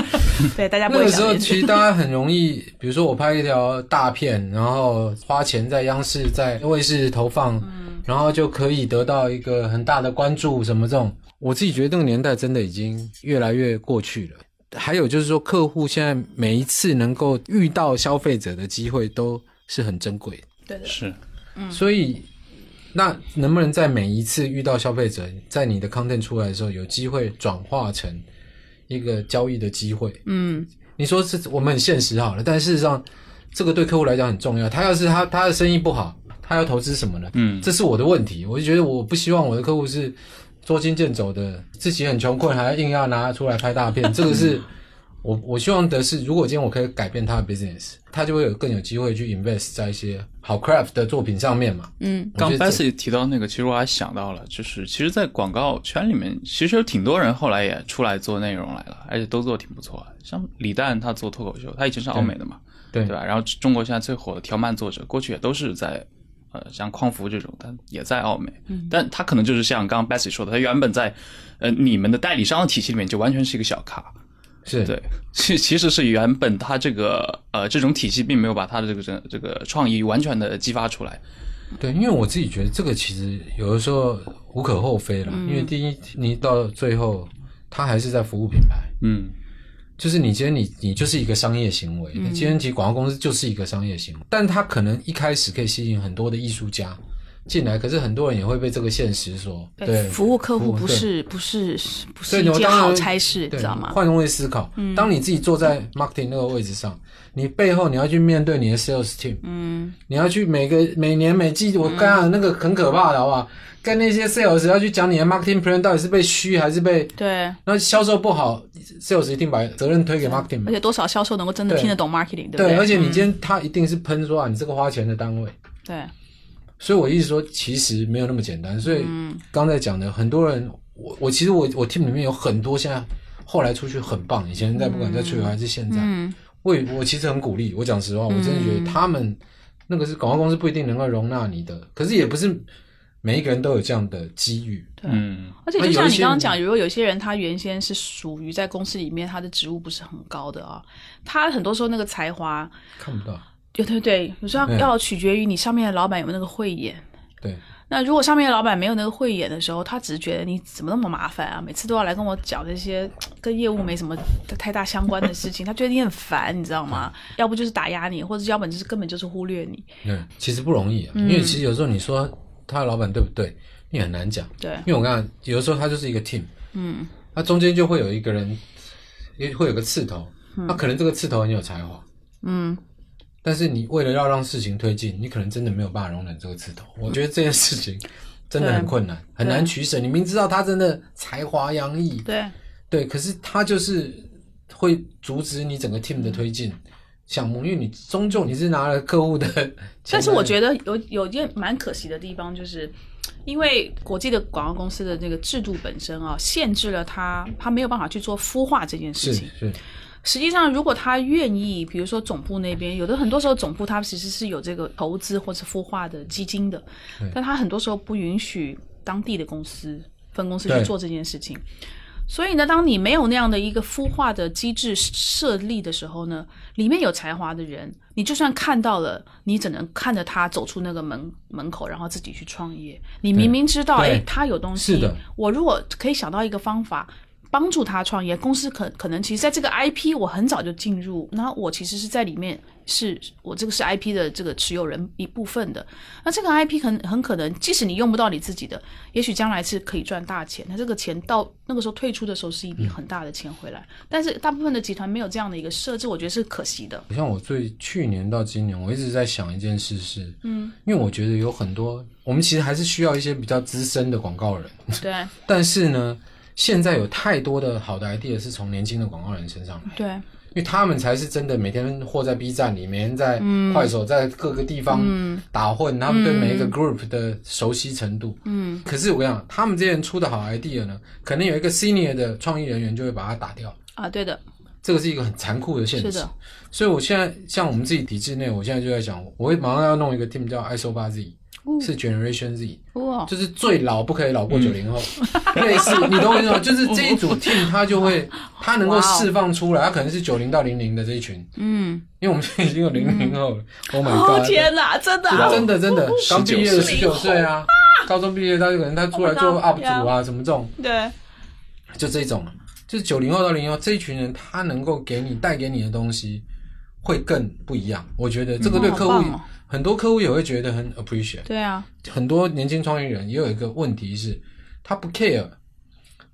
对，大家不那会个时想候这件事其实大家很容易，比如说我拍一条大片，然后花钱在央视、在卫视投放，嗯然后就可以得到一个很大的关注，什么这种。我自己觉得那个年代真的已经越来越过去了。还有就是说，客户现在每一次能够遇到消费者的机会都是很珍贵的。对的，是嗯所以，那能不能在每一次遇到消费者，在你的 content 出来的时候，有机会转化成一个交易的机会？嗯，你说是我们很现实好了，但事实上，这个对客户来讲很重要。他要是他他的生意不好，他要投资什么呢？嗯这是我的问题，我就觉得我不希望我的客户是捉襟见肘的，自己很穷困还要硬要拿出来拍大 片，这个是。我我希望的是，如果今天我可以改变他的 business，他就会有更有机会去 invest 在一些好 craft 的作品上面嘛。嗯，我觉得刚 b e 这 s s 提到那个，其实我还想到了，就是其实，在广告圈里面，其实有挺多人后来也出来做内容来了，而且都做得挺不错的。像李诞他做脱口秀，他以前是奥美的嘛，对对吧？然后中国现在最火的条漫作者，过去也都是在。呃，像匡扶这种，他也在奥美，嗯但他可能就是像刚刚 Bessy 说的，他原本在呃你们的代理商的体系里面就完全是一个小咖，是对，其其实是原本他这个呃这种体系并没有把他的这个这这个创意完全的激发出来。对，因为我自己觉得这个其实有的时候无可厚非啦，嗯因为第一，你到最后他还是在服务品牌，嗯，就是你今天你你就是一个商业行为，嗯今天其实广告公司就是一个商业行为，但它可能一开始可以吸引很多的艺术家进来，可是很多人也会被这个现实所对服务客户服不对是不是是不所是以一你件当然好差事，你对知道吗？嗯换位思考，当你自己坐在 marketing 那个位置上，你背后你要去面对你的 sales team，嗯，你要去每个每年每季，我刚刚那个很可怕的，好不好？跟那些 sales 要去讲你的 marketing plan 到底是被虚还是被，对，那销售不好，sales 一定把责任推给 marketing 嘛而。且多少销售能够真的对听得懂 marketing，对不嗯对，而且你嗯今天他一定是喷说啊，你这个花钱的单位。对所以我一直说，其实没有那么简单。所以嗯刚才讲的，很多人，我我其实我我 team 里面有很多现在后来出去很棒，以前在不管在出游还是现在，嗯我也我其实很鼓励。我讲实话，我真的觉得他们那个是广告公司不一定能够容纳你的，可是也不是。每一个人都有这样的机遇。对，嗯，而且就那有像一你些刚刚人讲，如果有些人他原先是属于在公司里面他的职务不是很高的啊，他很多时候那个才华，看不到，对对对，有时候要嗯要取决于你上面的老板有没有那个慧眼。对，那如果上面的老板没有那个慧眼的时候，他只是觉得你怎么那么麻烦啊，每次都要来跟我讲这些跟业务没什么太大相关的事情，他觉得你很烦，你知道吗？嗯要不就是打压你，或者要不然就是根本就是忽略你。对，其实不容易、啊，嗯因为其实有时候你说他的老板对不对，你很难讲，对，因为我刚刚有的时候他就是一个 team，嗯，那中间就会有一个人，也会有个刺头，那可能这个刺头很有才华，嗯，但是你为了要让事情推进，你可能真的没有办法容忍这个 刺头。我觉得这件事情真的很困难，很难取舍。你明知道他真的才华洋溢，对，对，可是他就是会阻止你整个 team 的推进项目，因为你终究你是拿了客户的钱来。但是我觉得有有一件蛮可惜的地方，就是因为国际的广告公司的这个制度本身啊，限制了他，他没有办法去做孵化这件事是情。是，实际上，如果他愿意，比如说总部那边有的很多时候总部它其实是有这个投资或者孵化的基金的，但他很多时候不允许当地的公司分公司去对做这件事情。所以呢，当你没有那样的一个孵化的机制设立的时候呢，里面有才华的人，你就算看到了，你只能看着他走出那个门门口，然后自己去创业。你明明知道，对哎，他有东西，是的我如果可以想到一个方法。帮助他创业，公司可可能其实在这个 IP 我很早就进入，然后我其实是在里面是我这个是 IP 的这个持有人一部分的。那这个 IP 很很可能，即使你用不到你自己的，也许将来是可以赚大钱。那这个钱到那个时候退出的时候是一笔很大的钱回来，但是大部分的集团没有这样的一个设置，我觉得是可惜的。像我最去年到今年，我一直在想一件事是，嗯，因为我觉得有很多，我们其实还是需要一些比较资深的广告人，对但是呢，现在有太多的好的 idea 是从年轻的广告人身上来，对因为他们才是真的每天活在 B 站里，每天在快手在各个地方打混，他们对每一个 group 的熟悉程度。嗯，可是我跟你讲，他们这些人出的好 idea 呢，可能有一个 senior 的创意人员就会把它打掉，啊，对的，这个是一个很残酷的现是实。的，所以我现在像我们自己体制内，我现在就在想，我会马上要弄一个 team 叫 ISO 八 Z，、是 Generation Z，哇、哦，嗯就是最老不可以老过九零后， 类似你懂我意 思吗？就是这一组 team 它就会它能够哇哦释放出来，它可能是九零到零零的这一群，嗯，因为我们现在已经有零零后了、o h my 哦 god！天哪，真的、啊，真的真的，刚毕业的十19九岁啊，高中毕业他就可能他出来 Oh 做 my UP god，主啊，什么这种， 对就这种，就是九零后到零后这一群人，他能够给你带给你的东西会更不一样。我觉得这个对客好户棒哦很多客户也会觉得很 appreciate。对 啊， 很多年轻创业人也有一个问题是，他不 care，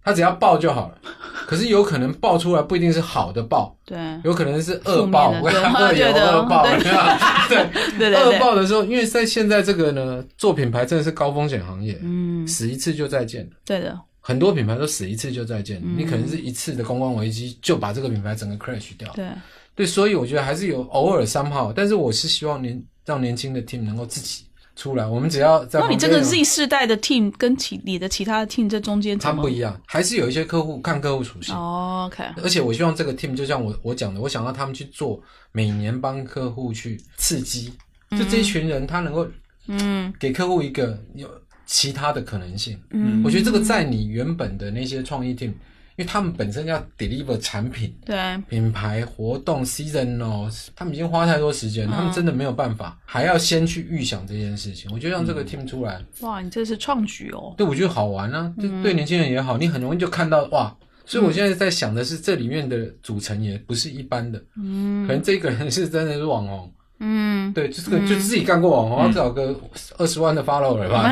他只要爆就好了。可是有可能爆出来不一定是好的爆，对有可能是恶爆，负我跟面的你讲 对恶油对的恶爆，对对吧 对。对对恶对，爆的时候，因为在现在这个呢，做品牌真的是高风险行业，嗯，死一次就再见了。对的，很多品牌都死一次就再见嗯了，你可能是一次的公关危机就把这个品牌整个 crash 掉。对对，所以我觉得还是有偶尔三号，但是我是希望年让年轻的 team 能够自己出来，我们只要在那哦你旁这边个有 Z 世代的 team 跟其你的其他的 team 这中间他怎么不一样，还是有一些客户看客户属性。哦？OK，而且我希望这个 team 就像我我讲的，我想要他们去做，每年帮客户去刺激，就这一群人他能够嗯给客户一个有其他的可能性。嗯，我觉得这个在你原本的那些创意 team，因为他们本身要 deliver 产品、对品牌活动、seasonal，他们已经花太多时嗯间，他们真的没有办法，还要先去预想这件事情。我觉得让嗯这个 team 出来，哇，你这是创举哦，对我觉得好玩啊，嗯就对年轻人也好，你很容易就看到哇。所以我现在在想的是，这里面的组成也不是一般的，嗯，可能这个人是真的是网红，嗯，对，就是个就自己干过网红，要找个二十万的 follower 吧，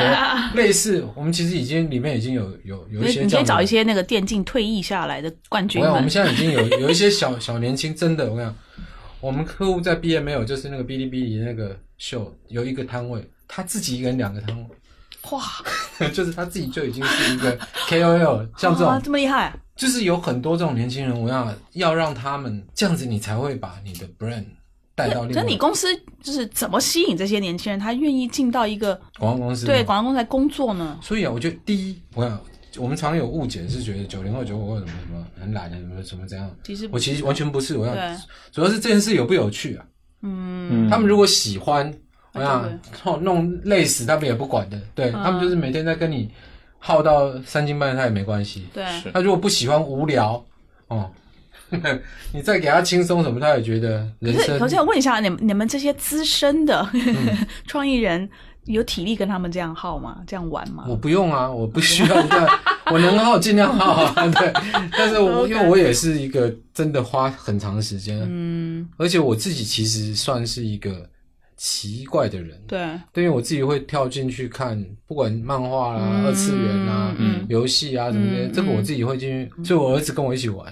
对，类似我们其实已经里面已经有有有你一些你这可以样找的一些那个电竞退役下来的冠军我想我们们，现在已经有 有一些小小年轻，真的，我跟你讲，我们客户在 B M L 就是那个哔哩哔哩那个秀有一个摊位，他自己一个人两个摊哇，位， 就是他自己就已经是一个 K O L，像这啊种这么厉害，就是有很多这种年轻人，我想要让他们这样子，你才会把你的 brand 带到哦另那外你一个公司就是怎么吸引这些年轻人，他愿意进到一个广告公司。对，广告公司来工作呢？所以啊，我觉得第一，我想我们常有误解是觉得九零后、九五后什么什么很懒啊，什么什么怎样。其实我其实完全不是，我想对主要是这件事有不有趣啊？嗯嗯他们如果喜欢，我很倒霉想弄弄累死他们也不管的，对、嗯他们就是每天在跟你耗到三更半夜，他也没关系。对，是他如果不喜欢无聊，哦、 你再给他轻松什么，他也觉得人可是生嗯可是要问一下，你们你们这些资深的 创意人，有体力跟他们这样耗吗？这样玩吗？我不用啊，我不需要这样， 我能耗尽量耗啊。 对，但是我 OK 因为我也是一个真的花很长时间，嗯，而且我自己其实算是一个奇怪的人，对，对，因为我自己会跳进去看，不管漫画啦、二次元啦、嗯游戏啊什么的，嗯这个我自己会进去，所以我儿子跟我一起玩，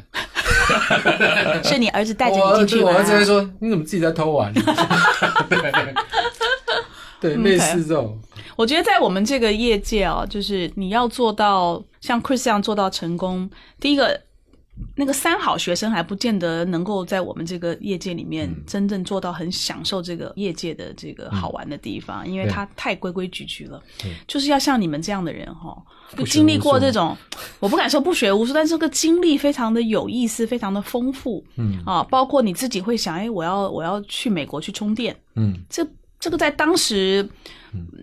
是你儿子带着呃我你儿进子去我玩儿子会啊。说你怎么自己在偷玩？ 对，对，嗯类似这种，我觉得在我们这个业界哦，就是你要做到像 Chris 这样做到成功，第一个。那个三好学生还不见得能够在我们这个业界里面嗯真正做到很享受这个业界的这个好玩的地方，因为对他太规规矩矩了对。就是要像你们这样的人哈、哦，不学经历无过术这种，我不敢说不学无术，但是这个经历非常的有意思，非常的丰富。嗯啊，包括你自己会想，哎，我要我要去美国去充电，嗯，这这个在当时，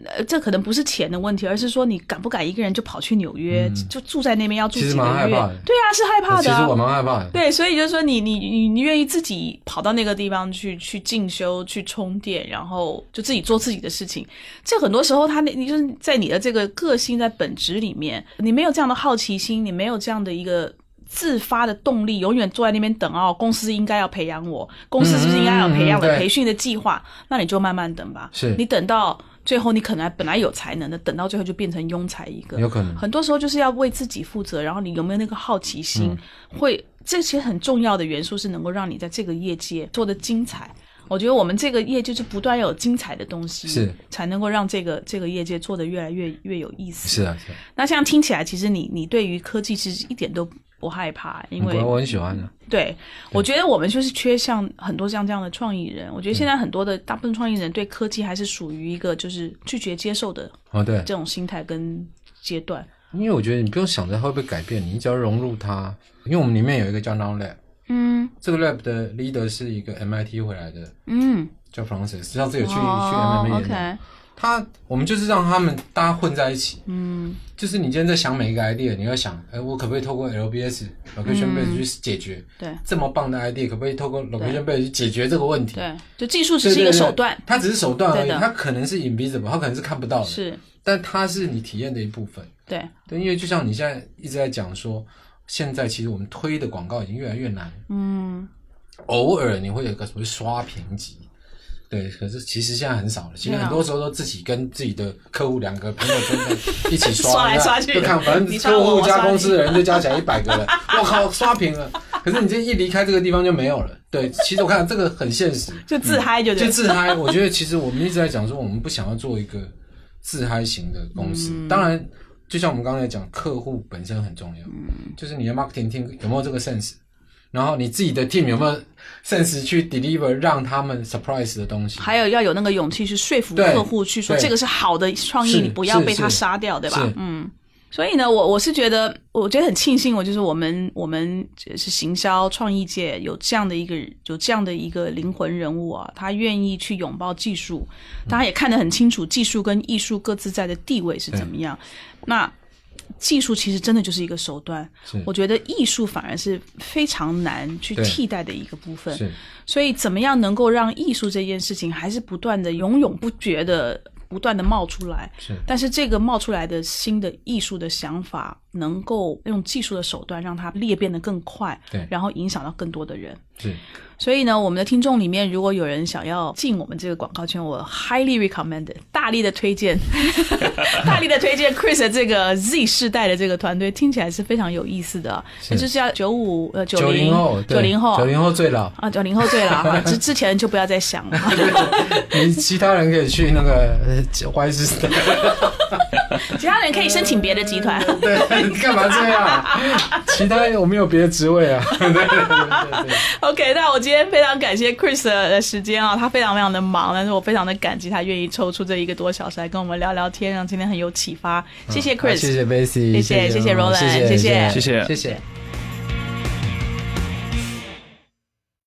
呃，这可能不是钱的问题，而是说你敢不敢一个人就跑去纽约，就住在那边要住嗯其几实个月？蛮害怕的对啊，是害怕其的实我啊、蛮害怕的。对，所以就是说你你你你愿意自己跑到那个地方去去进修去充电，然后就自己做自己的事情。这很多时候他那你就是在你的这个个性在本质里面，你没有这样的好奇心，你没有这样的一个。自发的动力，永远坐在那边等哦。公司应该要培养我，公司是不是应该要培养嗯嗯我嗯对培训的计划？那你就慢慢等吧。是你等到最后，你可能本来有才能的，等到最后就变成庸才一个。有可能很多时候就是要为自己负责，然后你有没有那个好奇心，嗯会这些很重要的元素是能够让你在这个业界做的精彩。我觉得我们这个业就是不断要有精彩的东西，是才能够让这个这个业界做的越来越越有意思。是啊，是啊，那这样听起来，其实你你对于科技其实一点都不害怕，因为嗯我我很喜欢的。对，我觉得我们就是缺像很多像这样的创意人。我觉得现在嗯很多的大部分创意人对科技还是属于一个就是拒绝接受的哦，对，这种心态跟阶段。因为我觉得你不用想着它会不会改变，你只要融入它。因为我们里面有一个叫 Now Lab，嗯这个 lab 的 leader 是一个 MIT 回来的，嗯，叫 Francis，上次有去、去哦 MMA 演讲。 OK，他我们就是让他们大家混在一起，嗯就是你今天在想每一个 idea，你要想，哎，我可不可以透过 LBS location 嗯 base 去解决、对这么棒的 idea，可不可以透过 location base 去解决这个问题？对，就技术对，只是一个对对手段，它只是手段而已，对的它可能是 invisible，它可能是看不到的，是但它是你体验的一部分。对，对，因为就像你现在一直在讲说，现在其实我们推的广告已经越来越难，嗯偶尔你会有一个所谓刷屏级，对，可是其实现在很少了。其实对啊很多时候都自己跟自己的客户两个朋友圈在一起刷， 刷来刷去就看反你正刷我客户我加刷你公司的人就加起来一百个人， 我靠，刷屏了。可是你这一离开这个地方就没有了。对，其实我看这个很现实，就自嗨嗯就 对就。自嗨。我觉得其实我们一直在讲说，我们不想要做一个自嗨型的公司。嗯当然，就像我们刚才讲，客户本身很重要，嗯就是你的 marketing team 有没有这个 sense，然后你自己的 team 有没有 sense 去 deliver 让他们 surprise 的东西。还有要有那个勇气去说服对客户，去说对这个是好的创意，是你不要是被他是杀掉，对吧是？嗯，所以呢，我我是觉得，我觉得很庆幸，我就是我们我们是行销创意界有这样的一个有这样的一个灵魂人物啊，他愿意去拥抱技术，大家也看得很清楚，技术跟艺术各自在的地位是怎么样。那技术其实真的就是一个手段是，我觉得艺术反而是非常难去对替代的一个部分。是所以，怎么样能够让艺术这件事情还是不断的永永不绝的、不断的冒出来？是但是这个冒出来的新的艺术的想法，能够用技术的手段让它裂变得更快，对然后影响到更多的人。是，所以呢，我们的听众里面如果有人想要进我们这个广告圈，我 highly recommend，大力的推荐， 大力的推荐 Chris 的这个 Z 世代的这个团队，听起来是非常有意思的，是那就是要九五呃九九零后，九零后。九零后最老啊，九零后最 了哈，之之前就不要再想了。你其他人可以去那个呃 Y 是谁？其他人可以申请别的集团。对，你干嘛这样？啊其他我们有别的职位啊。对对对对对。 OK，那我今天非常感谢 Chris 的时间啊，他非常非常的忙，但是我非常的感激他愿意抽出这一个多小时来跟我们聊聊天，让今天很有启发。谢谢好 Chris，谢谢 Bessy，谢谢谢谢谢 Roland，谢谢谢谢谢谢谢。